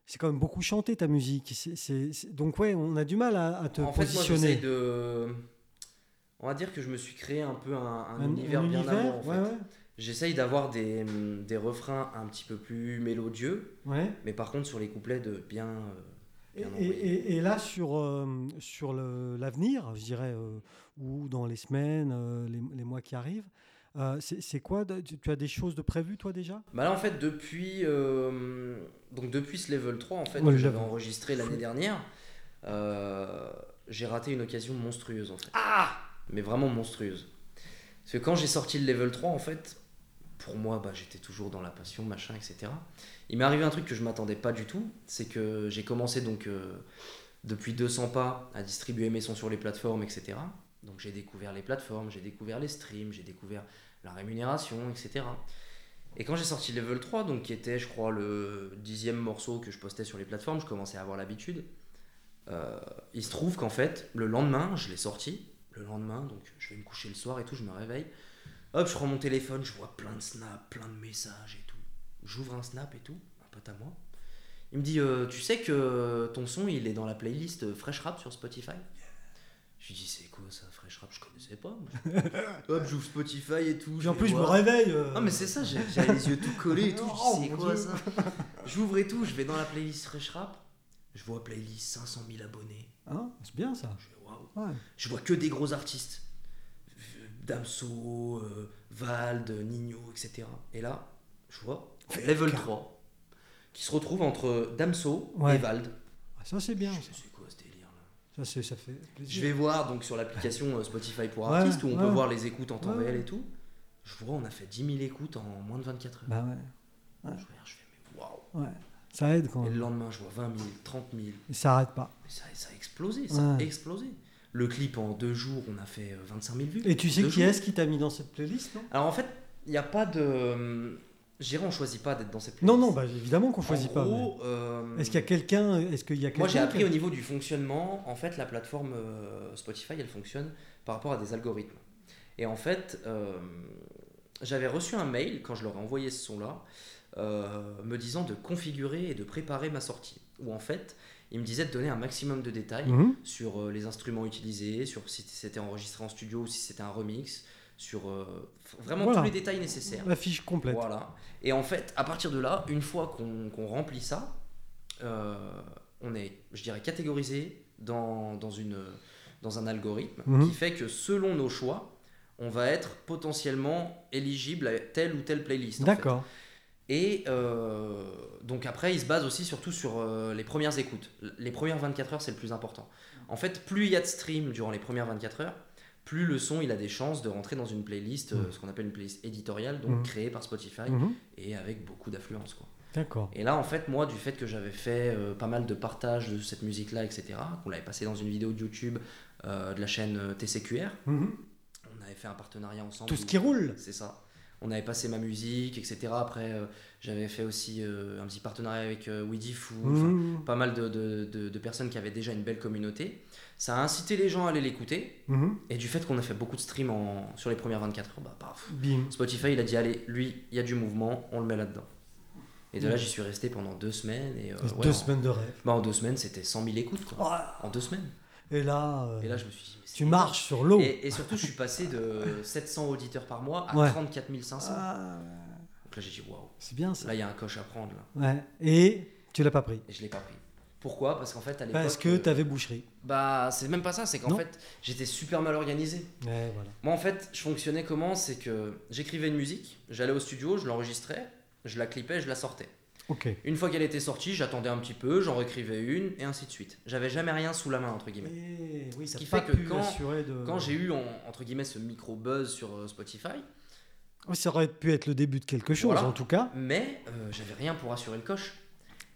B: c'est quand même beaucoup chanté ta musique. C'est- c'est- c'est- donc ouais, on a du mal à, à te
C: En fait, moi,
B: positionner.
C: j'essaie de. On va dire que je me suis créé un peu un, un
B: Un- un
C: univers bien à moi, en fait.
B: ouais,
C: J'essaye d'avoir des, hum, des refrains un petit peu plus mélodieux,
B: ouais, ouais.
C: mais par contre, sur les couplets, de bien. euh,
B: Et,
C: Bien envoyé.
B: et- et- et là, sur, euh, sur le- l'avenir, je dirais, euh, ou dans les semaines, euh, les, les mois qui arrivent, euh, c'est c'est quoi de- tu, tu as des choses de prévues, toi, déjà
C: Bah là en fait depuis euh, donc depuis ce level 3 en fait
B: Ouais,
C: que
B: le
C: j'avais
B: level.
C: enregistré l'année dernière euh, j'ai raté une occasion monstrueuse en fait. Mais vraiment monstrueuse. Parce que quand j'ai sorti le level 3 en fait pour moi bah, j'étais toujours dans la passion machin etc. Il m'est arrivé un truc que je m'attendais pas du tout, c'est que j'ai commencé donc euh, depuis 200 pas à distribuer mes sons sur les plateformes etc. Donc j'ai découvert les plateformes, j'ai découvert les streams, j'ai découvert la rémunération etc. Et quand j'ai sorti Level 3, donc qui était, je crois, le dixième morceau que je postais sur les plateformes, je commençais à avoir l'habitude. Euh, il se trouve qu'en fait, le lendemain, je l'ai sorti. Le lendemain, donc je vais me coucher le soir et tout, je me réveille. Hop, je prends mon téléphone, je vois plein de snaps, plein de messages et tout. J'ouvre un snap et tout, un pote à moi. Il me dit euh, Tu sais que ton son, il est dans la playlist euh, Fresh Rap sur Spotify Je lui dis C'est quoi ça, Fresh Rap Je connaissais pas. moi. Hop, j'ouvre Spotify et tout.
B: Puis en
C: vais
B: plus, je me
C: voir.
B: réveille. euh,
C: Non mais c'est ça, j'ai- j'avais les yeux tout collés et tout,
B: Oh,
C: je dis, c'est
B: mon
C: quoi
B: Dieu.
C: ça J'ouvre et tout, je vais dans la playlist Fresh Rap, je vois playlist 500 000 abonnés,
B: hein, c'est bien ça.
C: je fais waouh.
B: Ouais.
C: Je vois que des gros artistes, Damso, euh, Vald, Nino, etc. Et là, je vois
B: Oh,
C: Level 3 qui se retrouve entre Damso
B: Ouais.
C: et Vald.
B: Ah, ça, c'est bien.
C: Je
B: Ça,
C: sais c'est quoi ce délire là
B: Ça, c'est- ça fait
C: Je
B: plaisir.
C: vais voir donc sur l'application euh, Spotify pour
B: Ouais,
C: artistes où on peut
B: ouais.
C: voir les écoutes en temps
B: Ouais.
C: réel et tout. Je vois on a fait 10 000 écoutes en moins de 24 heures.
B: Bah ouais,
C: Je regarde, je fais mais waouh
B: ouais. Ça aide quand
C: Et le
B: même.
C: lendemain, je vois 20 000, 30 000.
B: Et ça arrête pas.
C: Mais ça, ça a explosé, ça a
B: Ouais.
C: explosé. Le clip, en deux jours, on a fait euh, 25 000 vues.
B: Et tu sais
C: Deux
B: qui
C: jours.
B: est-ce qui t'a mis dans cette playlist, non
C: Alors en fait, il n'y a pas de. J'irai, on choisit pas d'être dans cette
B: Non,
C: playlist.
B: non, bah, évidemment qu'on
C: En
B: choisit pas. mais-
C: gros, euh,
B: Est-ce qu'il y a quelqu'un Est-ce qu'il y a
C: Moi, j'ai
B: quelqu'un
C: appris
B: qui-
C: au niveau du fonctionnement. En fait, la plateforme euh, Spotify, elle fonctionne par rapport à des algorithmes. Et en fait, euh, j'avais reçu un mail quand je leur ai envoyé ce son-là, euh, me disant de configurer et de préparer ma sortie. Où en fait, ils me disaient de donner un maximum de détails
B: Mhm.
C: sur euh, les instruments utilisés, sur si c'était enregistré en studio ou si c'était un remix, sur euh, f- vraiment
B: Voilà.
C: tous les détails nécessaires.
B: La fiche complète.
C: Voilà. Et en fait, à partir de là, une fois qu'on qu'on remplit ça, euh, on est, je dirais, catégorisé dans, dans, une, dans un algorithme
B: Mhm.
C: qui fait que selon nos choix, on va être potentiellement éligible à telle ou telle playlist. en fait.
B: D'accord.
C: Et euh, donc après, il se base aussi surtout sur euh, les premières écoutes. L- Les premières 24 heures, c'est le plus important. En fait, plus il y a de streams durant les premières 24 heures, plus le son il a des chances de rentrer dans une playlist, euh,
B: Mhm.
C: ce qu'on appelle une playlist éditoriale, donc
B: Mhm.
C: créée par Spotify
B: Mhm.
C: et avec beaucoup d'affluence. quoi.
B: D'accord.
C: Et là, en fait, moi, du fait que j'avais fait euh, pas mal de partages de cette musique-là, etc., qu'on l'avait passé dans une vidéo de YouTube euh, de la chaîne euh, TCQR,
B: Mhm.
C: on avait fait un partenariat ensemble.
B: Tout ce qui roule.
C: C'est ça. on avait passé ma musique, etc. Après, euh, j'avais fait aussi euh, un petit partenariat avec euh, Weedy Fou, enfin,
B: Mmh.
C: pas mal de, de- de- de personnes qui avaient déjà une belle communauté. Ça a incité les gens à aller l'écouter.
B: Mhm.
C: Et du fait qu'on a fait beaucoup de streams en- sur les premières 24 heures, bah, paf.
B: Bim.
C: Spotify, il a dit allez, lui, il y a du mouvement, on le met là-dedans. Et de là, j'y suis resté pendant deux semaines. Et, euh, ouais,
B: Mhm. Deux
C: en-
B: semaines de rêve.
C: bah, en deux semaines, c'était 100 000 écoutes, quoi. En deux semaines.
B: Et là, euh,
C: Et là, je me suis dit, mais c'est
B: tu
C: énorme.
B: marches sur l'eau.
C: Et, et surtout, je suis passé de 700 auditeurs par mois à
B: Ouais.
C: 34 500.
B: Ah,
C: Donc là, j'ai dit, waouh,
B: c'est bien ça.
C: là, il y a un coche à prendre. Là.
B: Ouais. Et tu l'as pas pris.
C: Et je l'ai pas pris. Pourquoi Parce qu'en fait, à l'époque.
B: Parce que
C: euh,
B: tu avais boucherie.
C: Bah, c'est même pas ça, c'est qu'en
B: Non.
C: fait, j'étais super mal organisé.
B: Ouais, voilà.
C: Moi, en fait, je fonctionnais comment C'est que j'écrivais une musique, j'allais au studio, je l'enregistrais, je la clippais, je la sortais.
B: Ok.
C: Une fois qu'elle était sortie, j'attendais un petit peu, j'en réécrivais une, et ainsi de suite. J'avais jamais rien sous la main, entre guillemets.
B: Et oui, ça
C: qui
B: t'a
C: fait
B: pas
C: que
B: pu
C: quand-
B: assurer de-
C: Quand j'ai eu, en- entre guillemets, ce micro buzz sur euh, Spotify,
B: Oui, Ça aurait pu être le début de quelque chose,
C: Voilà.
B: en tout cas.
C: mais euh, j'avais rien pour assurer le coche.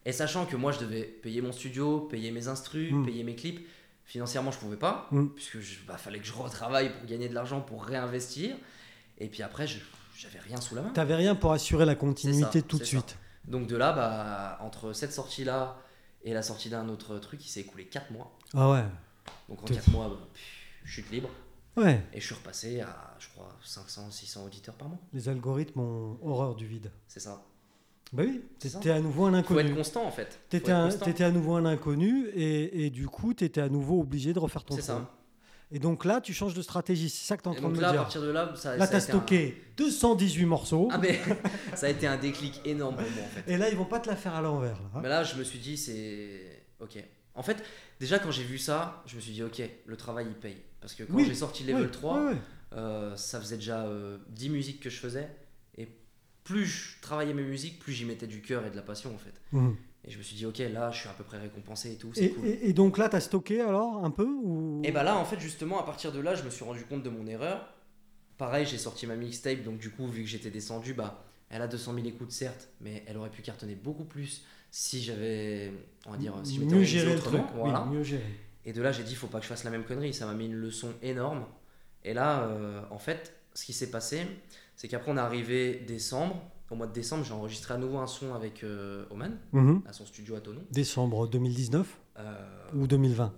C: Et sachant que moi, je devais payer mon studio, payer mes instrus,
B: Mm.
C: payer mes clips, financièrement, je pouvais pas,
B: Mm.
C: puisque je, bah, fallait que je retravaille pour gagner de l'argent, pour réinvestir. Et puis après, je- j'avais rien sous la main.
B: T'avais rien pour assurer la continuité
C: C'est ça,
B: tout de
C: c'est ça.
B: suite.
C: Donc de là, bah, entre cette sortie-là et la sortie d'un autre truc, il s'est écoulé 4 mois.
B: Ah ouais.
C: Donc en
B: T'es
C: 4 mois, bah, pff, chute libre.
B: Ouais.
C: Et je suis repassé à, je crois, 500, 600 auditeurs par mois.
B: Les algorithmes ont horreur du vide.
C: C'est ça.
B: Bah oui,
C: C'est ça.
B: t'étais à nouveau un
C: Faut être
B: inconnu.
C: constant en fait. Faut
B: T'étais
C: être
B: un-
C: constant.
B: t'étais à nouveau un inconnu et, et du coup, t'étais à nouveau obligé de refaire ton
C: C'est ça.
B: trou. Et donc là, tu changes de stratégie. C'est ça que t'es en
C: Et
B: train de
C: donc
B: me
C: là, à
B: dire.
C: partir de là, ça,
B: Là,
C: ça
B: t'as
C: a été
B: stocké 218 morceaux.
C: un- Ah, mais ça a été un déclic énorme pour moi en fait.
B: Et là, ils vont pas te la faire à l'envers. là, hein.
C: Mais là, je me suis dit, c'est. Ok. En fait, déjà quand j'ai vu ça, je me suis dit, ok, le travail il paye. Parce que quand
B: Oui,
C: j'ai sorti Level
B: Ouais,
C: 3,
B: ouais, ouais.
C: euh, ça faisait déjà euh, 10 musiques que je faisais. Et plus je travaillais mes musiques, plus j'y mettais du cœur et de la passion en fait.
B: Mhm.
C: Et je me suis dit, ok, là, je suis à peu près récompensé et tout, c'est
B: Et,
C: cool.
B: et- et donc là, t'as stocké alors un peu ou...
C: Et bah là, en fait, justement, à partir de là, je me suis rendu compte de mon erreur. Pareil, j'ai sorti ma mixtape, donc du coup, vu que j'étais descendu, bah, elle a 200 000 écoutes, certes, mais elle aurait pu cartonner beaucoup plus si j'avais, on va dire, si je m'étais
B: mieux
C: organisé
B: gérer le
C: autrement,
B: truc.
C: voilà.
B: Oui, mieux gérer.
C: Et de là, j'ai dit, faut pas que je fasse la même connerie, ça m'a mis une leçon énorme. Et là, euh, en fait, ce qui s'est passé, c'est qu'après, on est arrivé décembre. Au mois de décembre, j'ai enregistré à nouveau un son avec euh, Oman,
B: Mhm.
C: à son studio à Tonon.
B: Décembre 2019
C: Euh,
B: ou 2020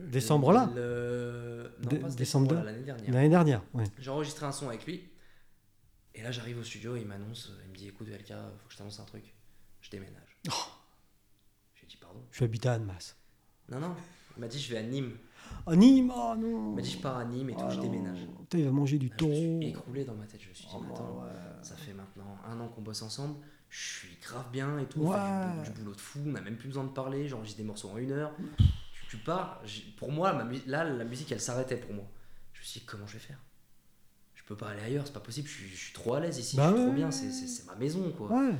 B: Décembre là
C: Le- Non,
B: Dé-
C: pas ce
B: décembre
C: décembre
B: là.
C: là, l'année dernière.
B: L'année dernière, ouais.
C: J'ai enregistré un son avec lui. Et là, j'arrive au studio, il m'annonce, euh, il me dit écoute, LK, faut que je t'annonce un truc. Je déménage.
B: Oh.
C: J'ai dit pardon.
B: Je suis habitant à Annemasse.
C: Non, non. Il m'a dit je vais à Nîmes.
B: Oh, Nîmes, oh non
C: Il m'a dit je pars à Nîmes et tout,
B: Ah
C: je
B: non.
C: déménage.
B: Putain, il va manger du
C: Là, je me
B: taureau.
C: suis écroulé dans ma tête. Je me suis dit
B: Oh,
C: mais attends, ça fait maintenant un an qu'on bosse ensemble. Je suis grave bien et tout. on fait
B: Ouais.
C: du, du boulot de fou. On n'a même plus besoin de parler. J'enregistre des morceaux en une heure. Tu, tu pars. J'ai- Pour moi, ma mu- là, la musique, elle s'arrêtait pour moi. Je me suis dit comment je vais faire Je peux pas aller ailleurs. C'est pas possible. Je suis, je suis trop à l'aise ici.
B: Bah
C: je suis trop
B: ouais.
C: bien. C'est- C'est c'est ma maison, quoi.
B: Ouais.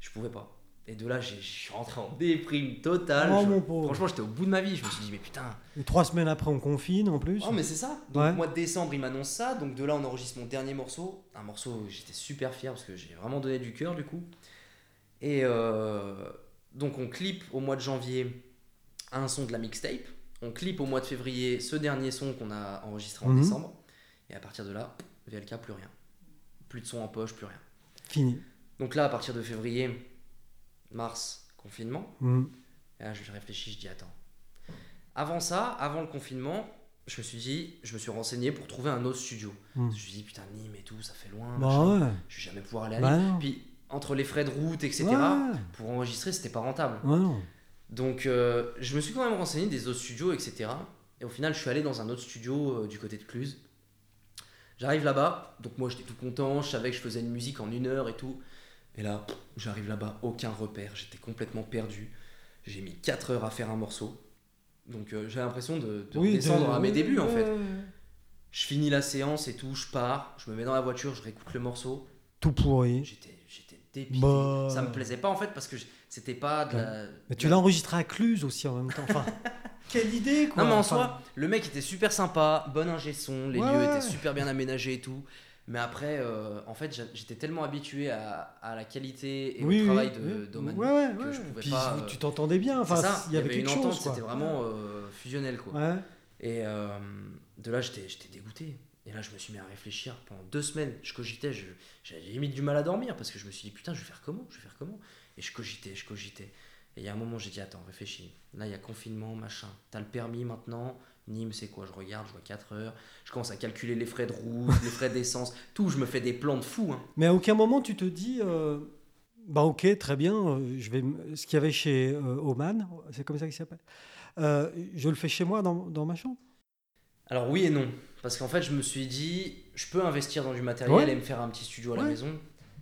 C: Je pouvais pas. Et de là, j'ai- je suis rentré en déprime totale.
B: Oh,
C: Ah, Je-
B: mon pauvre.
C: franchement, j'étais au bout de ma vie. Je me suis dit, mais putain.
B: Et trois semaines après, on confine en plus. hein.
C: Oh, mais c'est ça. Donc,
B: Ouais.
C: mois de décembre, il m'annonce ça. Donc, de là, on enregistre mon dernier morceau. Un morceau, où j'étais super fier parce que j'ai vraiment donné du cœur, du coup. Et euh, donc, on clip au mois de janvier un son de la mixtape. On clip au mois de février ce dernier son qu'on a enregistré en
B: Mhm.
C: décembre. Et à partir de là, VLK, plus rien. Plus de son en poche, plus rien.
B: Fini.
C: Donc, là, à partir de février, mars, confinement.
B: Mhm.
C: Et là, je réfléchis, je dis attends. Avant ça, avant le confinement, je me suis dit, je me suis renseigné pour trouver un autre studio.
B: Mm.
C: Je me suis dit putain Nîmes et tout, ça fait loin.
B: Bah
C: machin.
B: ouais.
C: Je vais jamais pouvoir aller à Nîmes.
B: Bah non.
C: Ah, Puis entre les frais de route, etc.
B: Ouais.
C: Pour enregistrer, c'était pas rentable.
B: Ouais, non.
C: Donc euh, je me suis quand même renseigné des autres studios, etc. Et au final, je suis allé dans un autre studio euh, du côté de Cluse. J'arrive là-bas, donc moi j'étais tout content, je savais que je faisais une musique en une heure et tout. Et là, pff, j'arrive là-bas, aucun repère, j'étais complètement perdu. J'ai mis 4 heures à faire un morceau. Donc euh, j'ai l'impression de, de
B: Oui,
C: descendre
B: de-
C: à mes
B: oui,
C: débuts en
B: ouais,
C: fait.
B: ouais, ouais.
C: Je finis la séance et tout, je pars, je me mets dans la voiture, je réécoute le morceau.
B: Tout pourri.
C: J'étais j'étais dépité.
B: Bah.
C: Ça me plaisait pas en fait parce que je- c'était pas de la.
B: Mais
C: de
B: tu
C: la-
B: l'as enregistré à Cluse aussi en même temps. Enfin, quelle idée quoi.
C: Non mais en
B: hein, Enfin,
C: soi, le mec était super sympa, bon ingé son, les
B: Ouais,
C: lieux
B: ouais.
C: étaient super bien aménagés et tout. Mais après, euh, en fait, j'a- j'étais tellement habitué à, à la qualité et
B: oui,
C: au
B: oui,
C: travail
B: oui.
C: de d'Oman.
B: Ouais, ouais,
C: que
B: ouais.
C: je pouvais
B: Puis
C: pas,
B: vous-
C: euh,
B: tu t'entendais bien.
C: C'est
B: Enfin,
C: ça,
B: il y avait,
C: une
B: quelque
C: entente,
B: chose, quoi.
C: c'était vraiment euh, fusionnel quoi.
B: Ouais.
C: Et euh, de là, j'étais j'étais dégoûté. Et là, je me suis mis à réfléchir pendant deux semaines. Je cogitais, je- j'avais limite du mal à dormir parce que je me suis dit, putain, je vais faire comment Je vais faire comment Et je cogitais, je cogitais. Et il y a un moment, j'ai dit, attends, réfléchis. Là, il y a confinement, machin. T'as le permis maintenant Nîmes, c'est quoi Je regarde, je vois 4 heures. Je commence à calculer les frais de route, les frais d'essence, tout. Je me fais des plans de fou. hein.
B: Mais à aucun moment tu te dis, euh, bah ok, très bien, euh, je vais, m- ce qu'il y avait chez euh, Oman, c'est comme ça qu'il s'appelle, euh, je le fais chez moi dans, dans ma chambre.
C: Alors oui et non, parce qu'en fait je me suis dit, je peux investir dans du matériel
B: Ouais.
C: et me faire un petit studio à la
B: Ouais.
C: maison.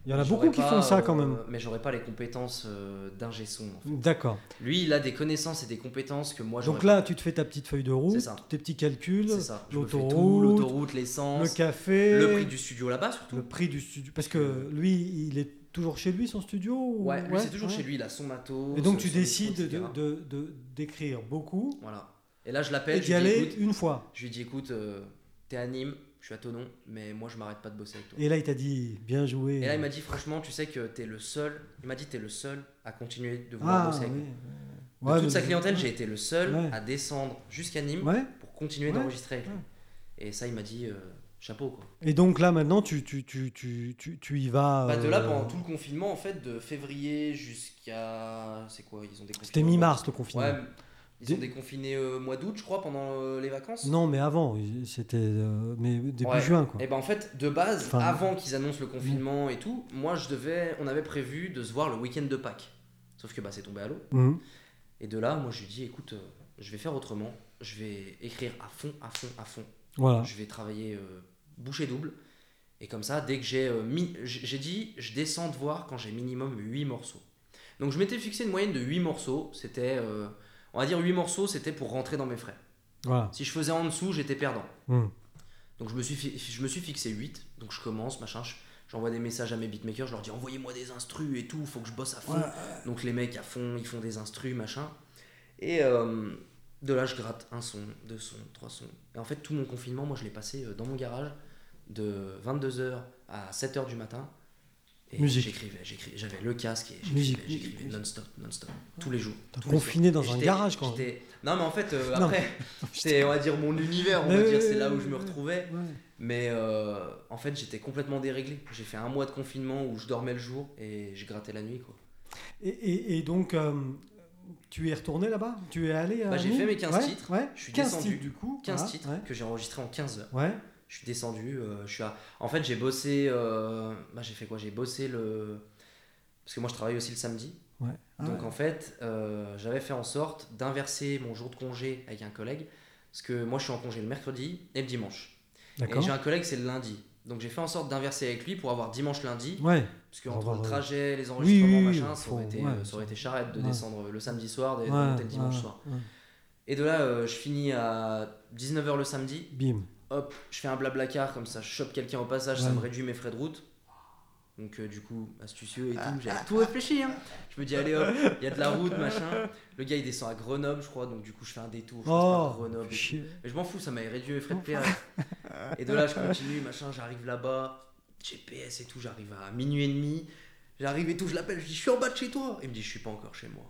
B: Il y en a beaucoup qui font
C: euh,
B: ça quand même.
C: Mais j'aurais pas les compétences euh, d'ingé son. en fait.
B: D'accord.
C: Lui, il a des connaissances et des compétences que moi j'aurais
B: Donc là, tu te fais ta petite feuille de
C: C'est
B: route,
C: ça.
B: tes petits
C: pas.
B: calculs,
C: c'est ça. Je me fais tout,
B: l'autoroute,
C: l'autoroute,
B: le
C: l'essence,
B: café,
C: le, prix du studio là-bas surtout.
B: le prix du studio. Parce que lui, il est toujours chez lui, son studio ou-
C: Ouais, lui, c'est toujours
B: ouais.
C: chez lui, il a son matos.
B: Et donc tu
C: son- son micro,
B: décides de-
C: etc.
B: de- de- d'écrire beaucoup
C: Voilà. Et là je
B: et
C: l'appelle, je
B: d'y
C: lui dis,
B: aller
C: écoute,
B: une fois.
C: je lui dis écoute, euh, t'es à Nîmes, je suis à Tonon, mais moi je m'arrête pas de bosser avec toi.
B: Et là, il t'a dit, bien joué.
C: Et là, il m'a dit, franchement, tu sais que t'es le seul. Il m'a dit, t'es le seul à continuer de vouloir
B: ah,
C: bosser avec
B: oui.
C: moi. De
B: Ouais,
C: toute sa
B: mais-
C: clientèle, j'ai été le seul
B: Ouais.
C: à descendre jusqu'à Nîmes
B: Ouais.
C: pour continuer
B: Ouais.
C: d'enregistrer avec lui.
B: Ouais.
C: Et ça, il m'a dit, euh, chapeau quoi.
B: Et donc là maintenant tu, tu, tu, tu, tu, tu y vas.
C: Bah, de là,
B: euh,
C: pendant tout le confinement, en fait, de février jusqu'à. C'est quoi Ils ont déconfiné.
B: C'était
C: au mois
B: mi-mars le
C: d'août.
B: confinement.
C: Ouais, ils ont
B: Dé-
C: déconfiné au mois d'août, je crois, pendant euh, les vacances.
B: Non mais avant, c'était euh, mais début
C: Ouais.
B: juin quoi.
C: Et ben en fait, de base,
B: Enfin,
C: avant qu'ils annoncent le confinement et tout, moi, je devais. On avait prévu de se voir le week-end de Pâques. Sauf que bah, c'est tombé à l'eau.
B: Mhm.
C: Et de là, moi, je lui dis, écoute, euh, je vais faire autrement. Je vais écrire à fond, à fond, à fond.
B: Voilà.
C: Je vais travailler euh, bouchée double. Et comme ça, dès que j'ai euh, mi- j'ai j'ai dit, je descends de voir quand j'ai minimum 8 morceaux. Donc, je m'étais fixé une moyenne de 8 morceaux. C'était, euh, on va dire 8 morceaux, c'était pour rentrer dans mes frais.
B: Voilà.
C: Si je faisais en dessous, j'étais perdant.
B: Mhm.
C: Donc, je me suis, fi- je me suis fixé 8. Donc, je commence, machin. je- J'envoie des messages à mes beatmakers, je leur dis envoyez-moi des instrus et tout, faut que je bosse à fond.
B: Voilà.
C: Donc les mecs à fond, ils font des instrus, machin. Et euh, de là, je gratte un son, deux sons, trois sons. Et en fait, tout mon confinement, moi, je l'ai passé euh, dans mon garage de 22h à 7h du matin. Et
B: Musique.
C: j'écrivais, j'écrivais, j'avais le casque et
B: Musique, musique,
C: j'écrivais, j'écrivais
B: musique.
C: non-stop, non-stop, tous les jours.
B: T'as
C: tous les
B: confiné dans
C: jours. Et
B: un
C: j'étais-
B: garage quand même.
C: j'étais- Non, mais en fait, euh,
B: Non,
C: après, c'est, on va dire, mon univers, on va
B: Mais
C: dire,
B: oui,
C: c'est
B: oui,
C: là où
B: oui,
C: je me
B: oui.
C: retrouvais.
B: Ouais.
C: Mais euh, en fait, j'étais complètement déréglé. J'ai fait un mois de confinement où je dormais le jour et je grattais la nuit, quoi.
B: Et, et, et donc euh, tu es retourné là-bas Tu es allé à
C: Bah, j'ai
B: Nîmes
C: fait mes 15
B: Ouais,
C: titres.
B: Ouais.
C: Je suis
B: 15
C: descendu.
B: titres du coup.
C: 15
B: Voilà,
C: titres
B: Ah, Ouais.
C: que j'ai enregistrés en 15 heures.
B: Ouais.
C: Je suis descendu, euh, je suis à... En fait, j'ai bossé... euh, Bah, j'ai fait quoi J'ai bossé le... Parce que moi, je travaille aussi le samedi.
B: ouais. Ah,
C: Donc, en fait, euh, j'avais fait en sorte d'inverser mon jour de congé avec un collègue. Parce que moi, je suis en congé le mercredi et le dimanche. Et
B: D'accord.
C: j'ai un collègue, c'est le lundi. Donc, j'ai fait en sorte d'inverser avec lui pour avoir dimanche-lundi.
B: Ouais.
C: Parce qu'entre
B: Avoir,
C: le
B: euh,
C: trajet, les
B: oui,
C: enregistrements,
B: oui,
C: machin, ça
B: faut-
C: aurait, été,
B: ouais.
C: euh, ça aurait été charrette de
B: Ouais.
C: descendre le samedi soir et de
B: ouais,
C: monter le dimanche
B: ouais,
C: soir.
B: ouais.
C: Et de là, euh, je finis à 19h le samedi.
B: Bim.
C: hop, je fais un blabla car comme ça, je chope quelqu'un au passage, ça
B: Ouais.
C: me réduit mes frais de route. Donc euh, du coup, astucieux et tout, j'avais tout réfléchi. hein. Je me dis allez hop, il y a de la route, machin. Le gars il descend à Grenoble, je crois, donc du coup je fais un détour, je passe
B: Oh.
C: par Grenoble. et tout.
B: chier.
C: Mais je m'en fous, ça m'avait réduit mes frais de péage. et de là je continue, machin, j'arrive là-bas, GPS et tout, j'arrive à minuit et demi. J'arrive et tout, je l'appelle, je dis je suis en bas de chez toi. Il me dit je suis pas encore chez moi.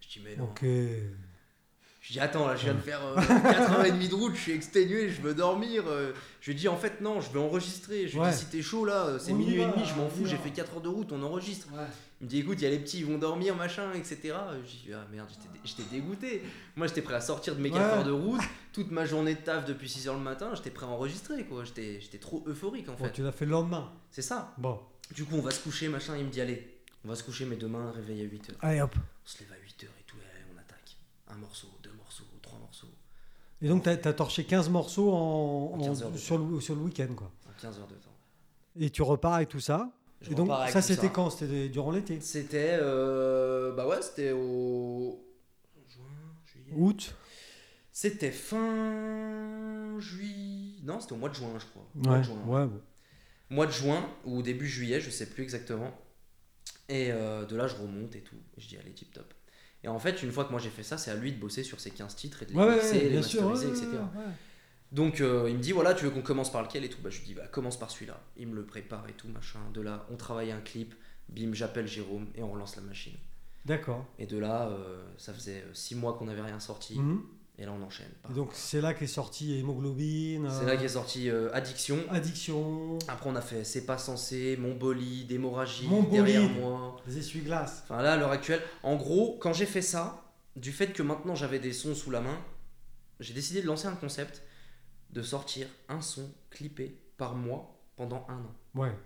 C: Je dis mais non.
B: Ok.
C: Je dis attends là je viens de faire euh, 4h30 de route, je suis exténué, je veux dormir. euh. je lui dis en fait non, je vais enregistrer. Je lui
B: Ouais.
C: dis si t'es chaud là, euh, c'est
B: On y
C: minuit
B: va,
C: et demi, je
B: on
C: m'en
B: y
C: fous,
B: va.
C: j'ai fait 4 heures de route, on enregistre.
B: Ouais.
C: Il me dit écoute, il y a les petits, ils vont dormir, machin, etc. Je dis ah merde, j'étais dé- j'étais dégoûté. Moi j'étais prêt à sortir de mes 4
B: Ouais.
C: heures de route, toute ma journée de taf depuis 6h le matin, j'étais prêt à enregistrer quoi. J'étais j'étais trop euphorique en
B: Bon,
C: fait.
B: tu l'as fait le lendemain.
C: C'est ça.
B: Bon.
C: Du coup on va se coucher, machin, il me dit allez, on va se coucher mais demain réveil à 8h.
B: Allez hop.
C: On se lève à 8h et tout, et allez, on attaque. Un morceau, deux morceaux, trois morceaux.
B: Et donc, tu as, torché 15 morceaux en,
C: En
B: en-
C: 15 heures de
B: sur, le, sur le week-end. quoi.
C: En 15 heures de temps.
B: Et tu repars avec tout ça.
C: Je
B: et donc,
C: repars avec
B: ça,
C: tout
B: c'était quand C'était durant l'été
C: C'était. euh, bah ouais, c'était au. Juin, juillet.
B: Août
C: C'était fin. Juillet. Non, c'était au mois de juin, je crois. Au
B: Ouais.
C: Mois, de juin.
B: ouais, bon.
C: Mois de juin ou début juillet, je sais plus exactement. Et euh, de là, je remonte et tout. Et je dis, allez, tip top. Et en fait, une fois que moi j'ai fait ça, c'est à lui de bosser sur ses 15 titres et de les
B: Ouais, ouais,
C: mixer,
B: ouais,
C: les
B: bien sûr.
C: masteriser,
B: ouais,
C: etc.
B: ouais, ouais.
C: Donc euh, il me dit voilà tu veux qu'on commence par lequel et tout bah je lui dis bah commence par celui-là. Il me le prépare et tout machin. De là on travaille un clip, bim j'appelle Jérôme et on relance la machine.
B: D'accord.
C: Et de là euh, ça faisait 6 mois euh, qu'on n'avait rien sorti.
B: Mhm.
C: Et là, on enchaîne.
B: Et donc c'est là qu'est sorti Hémoglobine,
C: C'est
B: euh,
C: là qu'est sorti euh, Addiction.
B: Addiction,
C: Après, on a fait C'est pas censé, Mon bolide, Hémorragie,
B: Mon bolide.
C: Derrière moi.
B: les essuie-glaces.
C: Enfin, là, à l'heure actuelle, en gros, quand j'ai fait ça, du fait que maintenant j'avais des sons sous la main, j'ai décidé de lancer un concept de sortir un son clippé par mois pendant un an.
B: Ouais.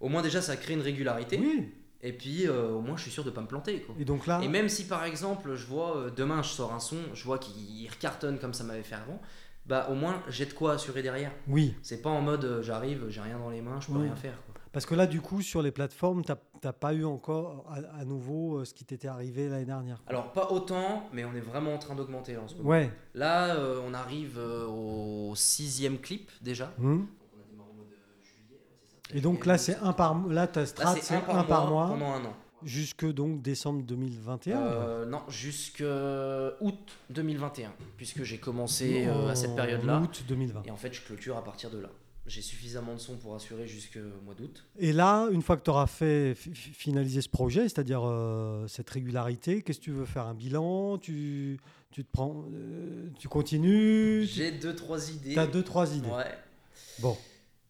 C: Au moins, déjà, ça crée une régularité.
B: Oui. Ah.
C: Et puis, euh, au moins, je suis sûr de pas me planter. Quoi.
B: Et donc là,
C: Et même si par exemple, je vois euh, demain, je sors un son, je vois qu'il cartonne comme ça m'avait fait avant, bah au moins j'ai de quoi assurer derrière.
B: oui.
C: C'est pas en mode euh, j'arrive, j'ai rien dans les mains, je peux
B: Oui.
C: rien faire. quoi.
B: Parce que là, du coup, sur les plateformes, t'as t'as pas eu encore à, à nouveau euh, ce qui t'était arrivé l'année dernière.
C: Alors pas autant, mais on est vraiment en train d'augmenter là, en ce moment.
B: Ouais.
C: Là, euh, on arrive euh, au sixième clip déjà.
B: Hum.
C: On a démarré au mois de juillet, ouais, c'est ça.
B: Et donc là, c'est un par là ta
C: Là,
B: strat,
C: c'est un par, mois, pendant un an.
B: jusque donc décembre 2021.
C: Euh, non, jusque août 2021, puisque j'ai commencé euh, à cette
B: En
C: période-là.
B: Août 2020.
C: Et en fait, je clôture à partir de là. J'ai suffisamment de sons pour assurer jusqu'au mois d'août.
B: Et là, une fois que tu auras fait fi- fi- finaliser ce projet, c'est-à-dire euh, cette régularité, qu'est-ce que tu veux faire un bilan Tu tu te prends, euh, tu continues Tu
C: J'ai deux trois idées.
B: as deux trois idées.
C: Ouais.
B: Bon,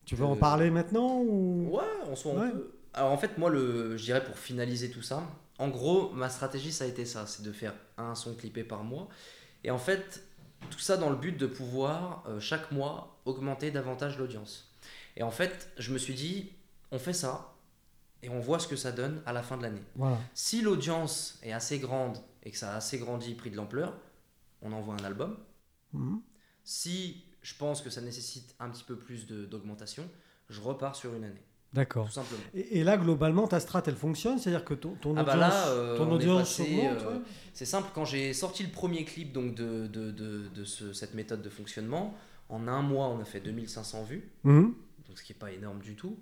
B: tu veux en
C: Euh,
B: parler maintenant ou
C: Ouais, en soi, on
B: Ouais.
C: peut. Alors en fait, moi, le, je dirais pour finaliser tout ça, en gros, ma stratégie, ça a été ça, c'est de faire un son clippé par mois. Et en fait, tout ça dans le but de pouvoir, euh, chaque mois, augmenter davantage l'audience. Et en fait, je me suis dit, on fait ça, et on voit ce que ça donne à la fin de l'année.
B: Voilà.
C: Si l'audience est assez grande et que ça a assez grandi, pris de l'ampleur, on envoie un album.
B: Mhm.
C: Si je pense que ça nécessite un petit peu plus de- d'augmentation, je repars sur une année,
B: D'accord.
C: tout simplement.
B: Et, et là, globalement, ta strat, elle fonctionne, c'est-à-dire que ton, ton
C: Ah
B: audience,
C: bah là, euh,
B: ton
C: on est
B: audience
C: passé,
B: augmente,
C: euh,
B: ouais.
C: C'est simple, quand j'ai sorti le premier clip donc de, de, de- de ce- cette méthode de fonctionnement, en un mois, on a fait 2500 vues,
B: Mhm.
C: donc ce qui n'est pas énorme du tout.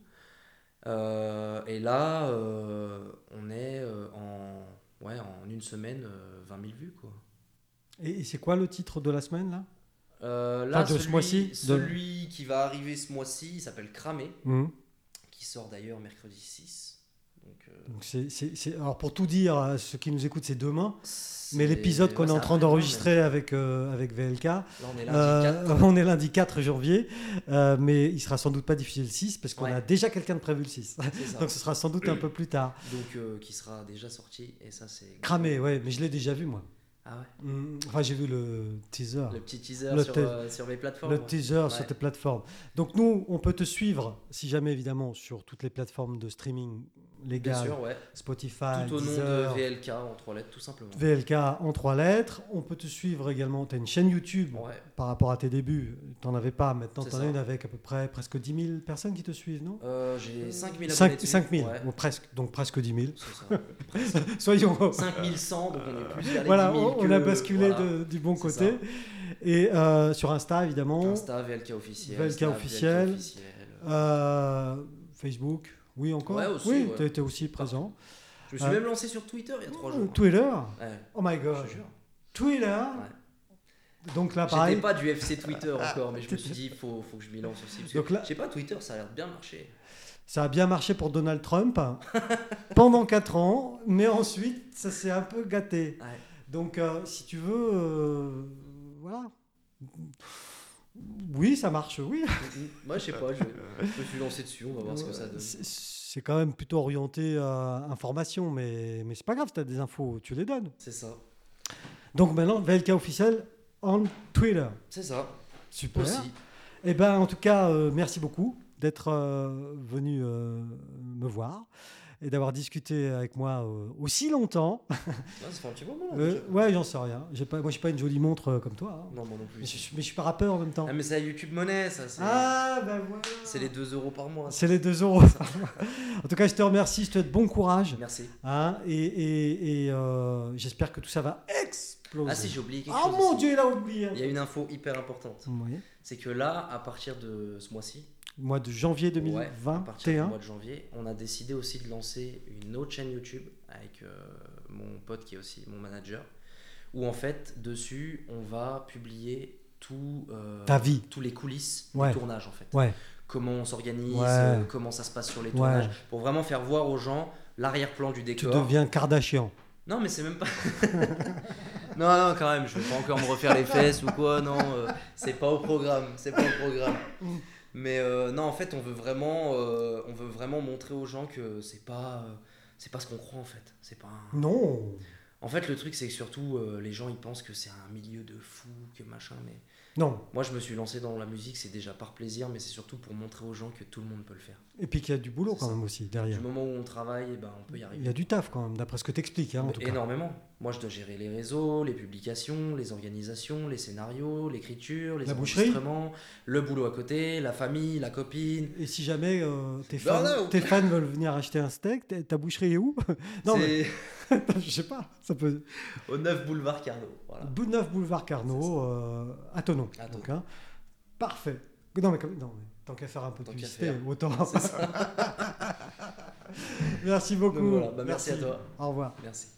C: Euh, et là, euh, on est euh, en, ouais, en une semaine, euh, 20 000 vues, quoi.
B: Et, et c'est quoi le titre de la semaine là
C: Euh, là,
B: Enfin, de ce
C: celui-
B: mois-ci, de-
C: celui qui va arriver ce mois-ci, il s'appelle Cramé,
B: Mhm.
C: qui sort d'ailleurs mercredi 6. Donc, euh,
B: Donc c'est- c'est- c'est- alors pour tout dire, à ceux qui nous écoutent, c'est demain.
C: c'est-
B: Mais l'épisode qu'on
C: ouais,
B: est en
C: c'est
B: train
C: après-demain,
B: d'enregistrer avec, euh, avec VLK,
C: mais Là, on est
B: euh,
C: hein, lundi 4.
B: on est lundi 4 janvier, euh, mais il sera sans doute pas diffusé le 6 parce qu'on
C: Ouais.
B: a déjà quelqu'un de prévu le 6.
C: c'est ça.
B: Donc ce sera sans doute un peu plus tard.
C: Donc, euh, qui sera déjà sorti, et ça, c'est.
B: Cramé, ouais, mais je l'ai déjà vu moi.
C: Ah ouais
B: Hum, Enfin, j'ai vu le teaser.
C: Le petit teaser
B: Le
C: sur,
B: te-
C: euh, sur mes plateformes.
B: Le teaser
C: Ouais.
B: sur tes plateformes. Donc nous, on peut te suivre, si jamais évidemment, sur toutes les plateformes de streaming
C: Bien
B: légales,
C: sûr, ouais.
B: Spotify,
C: Tout au nom
B: Deezer,
C: de VLK en trois lettres, tout simplement.
B: VLK en trois lettres. On peut te suivre également, tu as une chaîne YouTube
C: Ouais.
B: par rapport à tes débuts. Tu n'en avais pas, maintenant
C: C'est
B: tu en as
C: ça.
B: une avec à peu près presque 10 000 personnes qui te suivent, non
C: Euh, J'ai 5000 abonnés.
B: 5,
C: dessus.
B: 000,
C: Ouais,
B: ou presque, donc presque 10 000.
C: c'est ça. Presque.
B: Soyons...
C: 5100, donc on est plus vers les
B: voilà,
C: 10 000
B: on, on
C: que-
B: a basculé
C: voilà.
B: de- du bon
C: C'est
B: côté. Et euh, sur Insta, évidemment,
C: Insta, VLK officiel.
B: VLK
C: Snap,
B: officiel.
C: officiel.
B: euh, Facebook, oui encore.
C: Ouais, aussi,
B: oui,
C: ouais.
B: tu étais aussi présent.
C: Je me suis
B: euh,
C: même lancé sur Twitter il y a trois jours.
B: Twitter
C: Ouais,
B: Oh my
C: je
B: god.
C: te jure.
B: Twitter Donc là, pareil.
C: J'étais pas du FC Twitter encore, mais je me
B: T'étais-
C: suis dit, faut, faut que je m'y lance aussi. Parce que,
B: Donc là-
C: je sais pas, Twitter, ça a l'air de bien marcher.
B: Ça a bien marché pour Donald Trump pendant 4 ans, mais ensuite, ça s'est un peu gâté.
C: Ouais.
B: Donc, euh, si tu veux, euh, voilà. Oui, ça marche, oui.
C: Moi, je sais pas, je, je me suis lancé dessus, on va voir ce que ça donne.
B: C'est- C'est quand même plutôt orienté à information, mais, mais c'est pas grave, si tu as des infos, tu les donnes.
C: C'est ça.
B: Donc maintenant, VLK officiel en Twitter.
C: C'est ça.
B: Super.
C: Aussi.
B: Eh ben, en tout cas, euh, merci beaucoup d'être euh, venu euh, me voir et d'avoir discuté avec moi euh, aussi longtemps.
C: Ouais, ça fait un petit moment. là,
B: Euh,
C: déjà.
B: ouais, j'en sais rien. J'ai pas, moi, j'ai pas une jolie montre euh, comme toi. hein.
C: Non, moi non
B: Mais, je,
C: plus.
B: je- mais je suis pas rappeur en même temps.
C: Ah, mais c'est la YouTube Monnaie, ça. C'est
B: Ah, ben voilà.
C: c'est les 2 euros par mois. ça.
B: C'est les deux euros. en tout cas, je te remercie. Je te souhaite bon courage.
C: Merci.
B: hein, et et- et, euh, j'espère que tout ça va exploser.
C: Ah, si, j'ai oublié quelque
B: Ah,
C: chose.
B: mon
C: aussi.
B: dieu, il a oublié. hein.
C: Il y a une info hyper importante.
B: Oui.
C: C'est que là, à partir de ce mois-ci,
B: Mois de janvier
C: ouais, à partir du
B: 2021.
C: mois de janvier, on a décidé aussi de lancer une autre chaîne YouTube avec euh, mon pote qui est aussi mon manager. Où en fait, dessus, on va publier tout, euh,
B: Ta vie.
C: tous les coulisses
B: Ouais.
C: du tournage en fait.
B: Ouais.
C: Comment on s'organise,
B: Ouais.
C: euh, comment ça se passe sur les
B: Ouais.
C: tournages, pour vraiment faire voir aux gens l'arrière-plan du
B: Tu
C: décor.
B: deviens Kardashian.
C: Non, mais c'est même pas. non, non, quand même, je vais pas encore me refaire les fesses ou quoi, non, euh, c'est pas au programme, c'est pas au programme. Mais euh, non, en fait, on veut vraiment, euh, on veut vraiment montrer aux gens que c'est pas, euh, c'est pas ce qu'on croit en fait. C'est pas. un-
B: Non.
C: En fait, le truc, c'est que surtout, euh, les gens, ils pensent que c'est un milieu de fou, que machin, mais.
B: Non.
C: Moi, je me suis lancé dans la musique, c'est déjà par plaisir, mais c'est surtout pour montrer aux gens que tout le monde peut le faire.
B: Et puis qu'il y a du boulot
C: C'est
B: quand
C: ça.
B: même aussi
C: Du
B: derrière.
C: moment où on travaille, eh ben, on peut y
B: Il
C: arriver.
B: y a du taf quand même, d'après ce que t'expliques, hein, en
C: Mais
B: tout cas.
C: énormément. Moi, je dois gérer les réseaux, les publications, les organisations, les scénarios, l'écriture, les
B: La boucherie
C: enregistrements, le boulot à côté, la famille, la copine.
B: Et si jamais euh, tes, fans,
C: Burn-out.
B: tes fans veulent venir acheter un steak, ta- ta boucherie est où Non, mais
C: C'est
B: je sais pas. Ça peut.
C: au 9 boulevard Carnot. Voilà.
B: Bout de neuf boulevard
C: C'est
B: Carnot, euh, à Thonon.
C: À
B: Donc, hein. Parfait. Non, mais, comme- non, mais tant qu'à faire un peu de
C: Tant qu'à
B: publicité,
C: faire.
B: autant.
C: C'est ça.
B: merci beaucoup.
C: Donc voilà, bah, merci à toi.
B: Au revoir.
C: Merci.